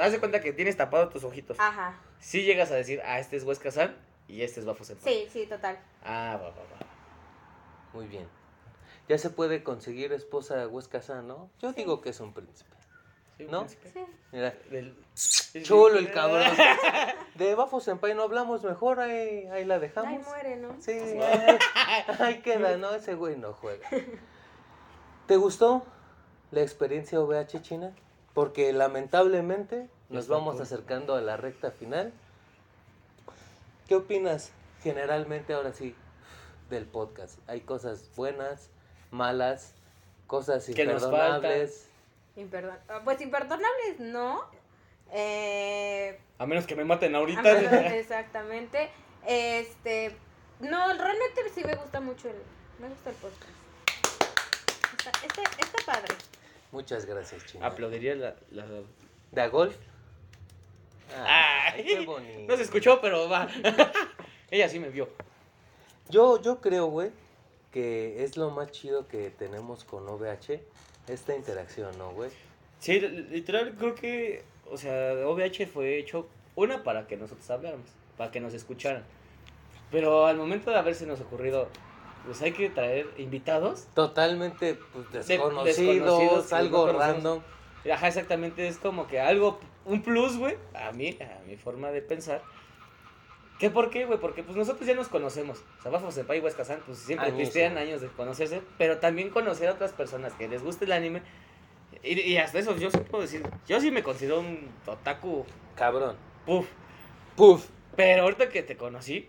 Speaker 2: haz de cuenta que tienes tapado tus ojitos.
Speaker 3: Ajá.
Speaker 2: Si llegas a decir, ah, este es Huesca San y este es Bafo Senpai.
Speaker 3: Sí, sí, total.
Speaker 2: Ah, va, va, va.
Speaker 1: Muy bien. Ya se puede conseguir esposa de Huesca San, ¿no? Yo digo que es un príncipe.
Speaker 2: Sí,
Speaker 1: ¿No?
Speaker 2: príncipe.
Speaker 3: Sí.
Speaker 1: Mira,
Speaker 2: Del-
Speaker 1: chulo el cabrón. De Bafo Senpai no hablamos mejor, ahí, ahí la
Speaker 3: Ay,
Speaker 1: dejamos.
Speaker 3: muere, ¿no?
Speaker 1: Sí, ahí queda, ¿no? Ese güey no juega. ¿Te gustó la experiencia OVH China? Porque lamentablemente nos
Speaker 2: Está
Speaker 1: vamos
Speaker 2: cool.
Speaker 1: acercando a la recta final. ¿Qué opinas generalmente ahora sí del podcast? Hay cosas buenas, malas, cosas
Speaker 2: Que nos
Speaker 1: imperdonables.
Speaker 3: Imperdon- ah, Pues imperdonables, no. Eh,
Speaker 2: A menos que me maten
Speaker 3: ah,
Speaker 2: ahorita.
Speaker 3: pero- exactamente. Este. No, realmente sí me gusta mucho el. Me gusta el podcast. Está, está, está padre.
Speaker 1: Muchas gracias, China.
Speaker 2: Aplaudiría la. la-
Speaker 1: ¿De a golf?
Speaker 2: Ay,
Speaker 1: qué bonito.
Speaker 2: No se escuchó, pero va. Ella sí me vio.
Speaker 1: Yo, yo creo, güey, que es lo más chido que tenemos con OVH, esta interacción, ¿no, güey?
Speaker 2: Sí, literal, creo que, o sea, OVH fue hecho, una, para que nosotros habláramos, para que nos escucharan. Pero al momento de haberse nos ocurrido, pues hay que traer invitados.
Speaker 1: Totalmente pues, desconocidos,
Speaker 2: desconocidos que
Speaker 1: algo
Speaker 2: no conocemos.
Speaker 1: random.
Speaker 2: Ajá, exactamente, es como que algo, un plus, güey, a mí, a mi forma de pensar. ¿Qué por qué, güey? Porque pues nosotros ya nos conocemos. O sea, Bafo Senpai y Huescazán, pues siempre
Speaker 1: Años,
Speaker 2: existían
Speaker 1: güey.
Speaker 2: años de conocerse, pero también conocer a otras personas que les guste el anime. Y, y hasta eso, yo sí puedo decir, yo sí me considero un otaku,
Speaker 1: Cabrón.
Speaker 2: puff.
Speaker 1: Puf.
Speaker 2: Pero ahorita que te conocí,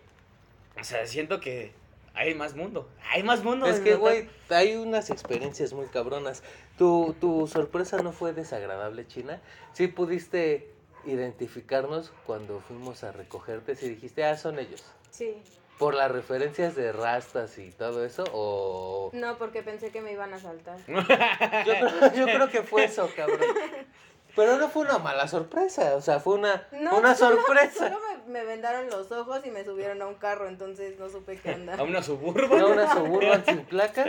Speaker 2: o sea, siento que hay más mundo. Hay más mundo.
Speaker 1: es
Speaker 2: en
Speaker 1: que,
Speaker 2: el
Speaker 1: güey, hay unas experiencias muy cabronas. ¿Tu, ¿Tu sorpresa no fue desagradable, China? Sí pudiste identificarnos cuando fuimos a recogerte, si dijiste, ah, son ellos.
Speaker 3: Sí.
Speaker 1: ¿Por las referencias de rastas y todo eso? ¿O...?
Speaker 3: No, porque pensé que me iban a saltar.
Speaker 1: Yo creo, yo creo que fue eso, cabrón. Pero no fue una mala sorpresa, o sea, fue una,
Speaker 3: No,
Speaker 1: una
Speaker 3: solo-
Speaker 1: sorpresa.
Speaker 3: Solo me, me vendaron los ojos y me subieron a un carro, entonces no supe qué onda.
Speaker 2: A una suburba.
Speaker 1: No, una suburban sin placas.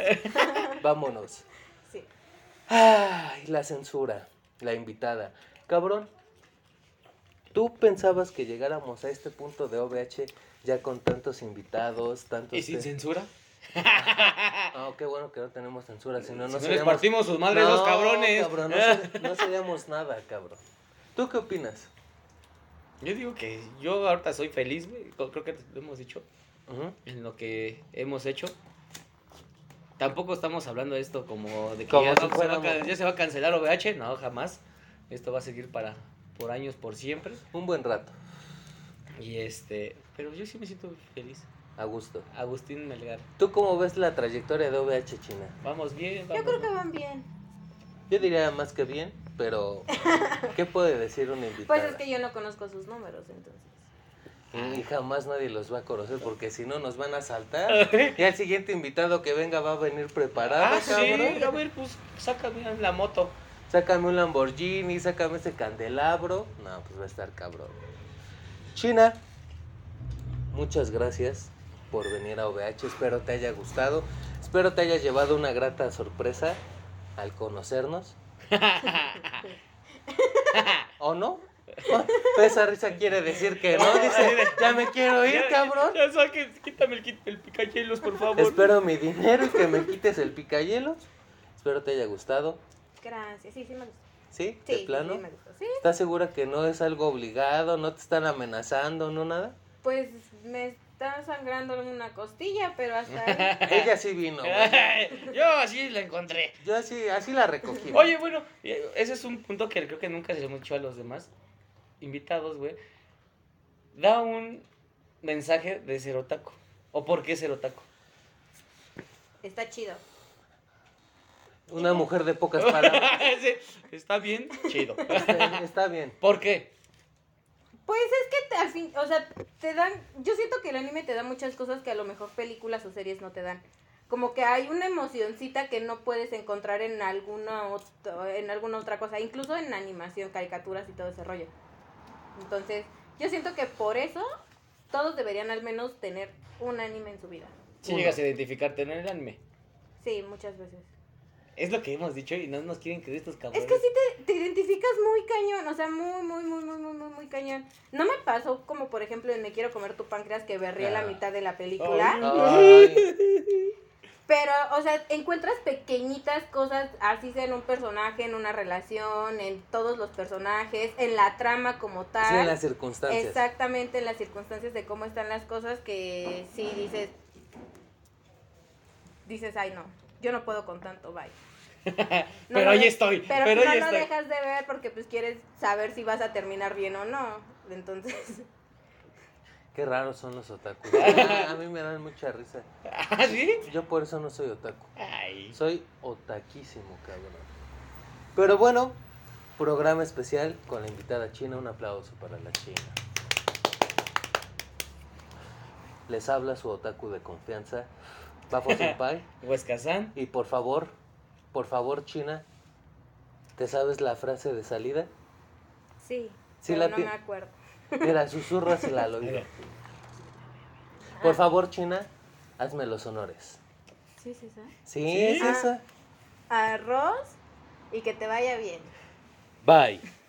Speaker 1: Vámonos.
Speaker 3: Sí.
Speaker 1: Ay, la censura, la invitada. Cabrón, ¿tú pensabas que llegáramos a este punto de OVH ya con tantos invitados, tantos...
Speaker 2: Y sin
Speaker 1: te-
Speaker 2: censura.
Speaker 1: Ah, qué bueno que no tenemos censura, si no,
Speaker 2: Si
Speaker 1: no
Speaker 2: no les
Speaker 1: seríamos-
Speaker 2: partimos sus madres
Speaker 1: No,
Speaker 2: los cabrones.
Speaker 1: cabrón, no, ser- no seríamos nada, cabrón. ¿Tú qué opinas?
Speaker 2: Yo digo que yo ahorita soy feliz, güey. co- Creo que lo hemos dicho
Speaker 1: Ujú.
Speaker 2: en lo que hemos hecho. Tampoco estamos hablando de esto como de que
Speaker 1: Como
Speaker 2: ya,
Speaker 1: si
Speaker 2: no se va a
Speaker 1: fuéramos-
Speaker 2: can- ya se va a cancelar OVH. No, jamás. Esto va a seguir para por años, por siempre.
Speaker 1: Un buen rato,
Speaker 2: Y este. Pero yo sí me siento feliz.
Speaker 1: a gusto.
Speaker 2: Agustín Melgar.
Speaker 1: ¿Tú cómo ves la trayectoria de OVH China?
Speaker 2: Vamos bien,
Speaker 3: Yo
Speaker 2: vamos
Speaker 3: creo que
Speaker 2: mal.
Speaker 3: van bien.
Speaker 1: Yo diría más que bien, pero ¿qué puede decir una invitada?
Speaker 3: Pues es que yo no conozco sus números, entonces.
Speaker 1: Y jamás nadie los va a conocer porque si no nos van a saltar. Y al siguiente invitado que venga va a venir preparado,
Speaker 2: Ah, sí,
Speaker 1: cabrón.
Speaker 2: a ver, pues sácame la moto.
Speaker 1: Sácame un Lamborghini, sácame ese candelabro. No, pues va a estar cabrón. China, muchas gracias por venir a OVH. Espero te haya gustado. Espero te haya llevado una grata sorpresa al conocernos. ¿O no? Esa risa quiere decir que no. Dice, ya me quiero ir,
Speaker 2: Ya,
Speaker 1: cabrón.
Speaker 2: Ya, saque, quítame el, kit- el picayelos, por favor.
Speaker 1: Espero mi dinero y que me quites el picayelos. Espero te haya gustado.
Speaker 3: Gracias, sí, sí me gustó.
Speaker 1: ¿Sí?
Speaker 3: Sí,
Speaker 1: ¿De plano?
Speaker 3: sí me gustó. Sí,
Speaker 1: ¿Estás segura que no es algo obligado? ¿No te están amenazando? ¿No nada?
Speaker 3: pues me está sangrando una costilla, pero hasta ahí.
Speaker 1: Ella sí vino. güey.
Speaker 2: Ay, Yo así la encontré.
Speaker 1: Yo así, así la recogí.
Speaker 2: Oye, bueno, eh, ese es un punto que creo que nunca se le hemos dicho a los demás invitados, güey. Da un mensaje de ser otaku. ¿O por qué ser otaku?
Speaker 3: Está chido.
Speaker 1: Una mujer de pocas palabras.
Speaker 2: Sí, Está bien, chido.
Speaker 1: Está, está bien.
Speaker 2: ¿Por qué?
Speaker 3: Pues es que te- al fin, o sea, te dan, yo siento que el anime te da muchas cosas que a lo mejor películas o series no te dan. Como que hay una emocioncita que no puedes encontrar en alguna ot- en alguna otra cosa, incluso en animación, caricaturas y todo ese rollo. Entonces, yo siento que por eso todos deberían al menos tener un anime en su vida.
Speaker 2: Si
Speaker 1: Uno.
Speaker 2: llegas a identificarte en el anime.
Speaker 3: Sí, muchas veces.
Speaker 2: Es lo que hemos dicho y no nos quieren creer estos cabrones.
Speaker 3: Es que sí te, te identificas muy cañón, o sea, muy, muy, muy, muy, muy, muy, muy cañón. No me pasó como, por ejemplo, en Me Quiero Comer Tu Páncreas, que berré
Speaker 1: Ah.
Speaker 3: la mitad de la película.
Speaker 1: Ay,
Speaker 3: Pero, o sea, encuentras pequeñitas cosas, así sea en un personaje, en una relación, en todos los personajes, en la trama como tal.
Speaker 1: sí, en las circunstancias.
Speaker 3: Exactamente, en las circunstancias de cómo están las cosas que sí dices, dices, ay no, yo no puedo con tanto, bye. No
Speaker 2: Pero
Speaker 3: lo
Speaker 2: ahí
Speaker 3: de-
Speaker 2: estoy,
Speaker 3: Pero,
Speaker 2: pero
Speaker 3: no
Speaker 2: ahí
Speaker 3: lo
Speaker 2: estoy.
Speaker 3: dejas de ver porque pues quieres saber si vas a terminar bien o no. Entonces,
Speaker 1: Qué raros son los otakus. Ah, a mí me dan mucha risa.
Speaker 2: ¿Ah, sí?
Speaker 1: Yo por eso no soy otaku.
Speaker 2: Ay.
Speaker 1: Soy otaquísimo, cabrón. Pero bueno, programa especial con la invitada china. Un aplauso para la china. Les habla su otaku de confianza, Bafo Senpai.
Speaker 2: Huescazán.
Speaker 1: Y por favor, por favor, china, ¿te sabes la frase de salida?
Speaker 3: sí,
Speaker 1: Sí,
Speaker 3: pero
Speaker 1: la
Speaker 3: no
Speaker 1: pi-
Speaker 3: me acuerdo.
Speaker 1: Mira, susurrasela al oído. Por favor, china, hazme los honores.
Speaker 3: Sí, sí, sí.
Speaker 1: ¿Sí?
Speaker 2: ¿Sí?
Speaker 1: ¿Es esa?
Speaker 3: Arroz y que te vaya bien.
Speaker 1: Bye.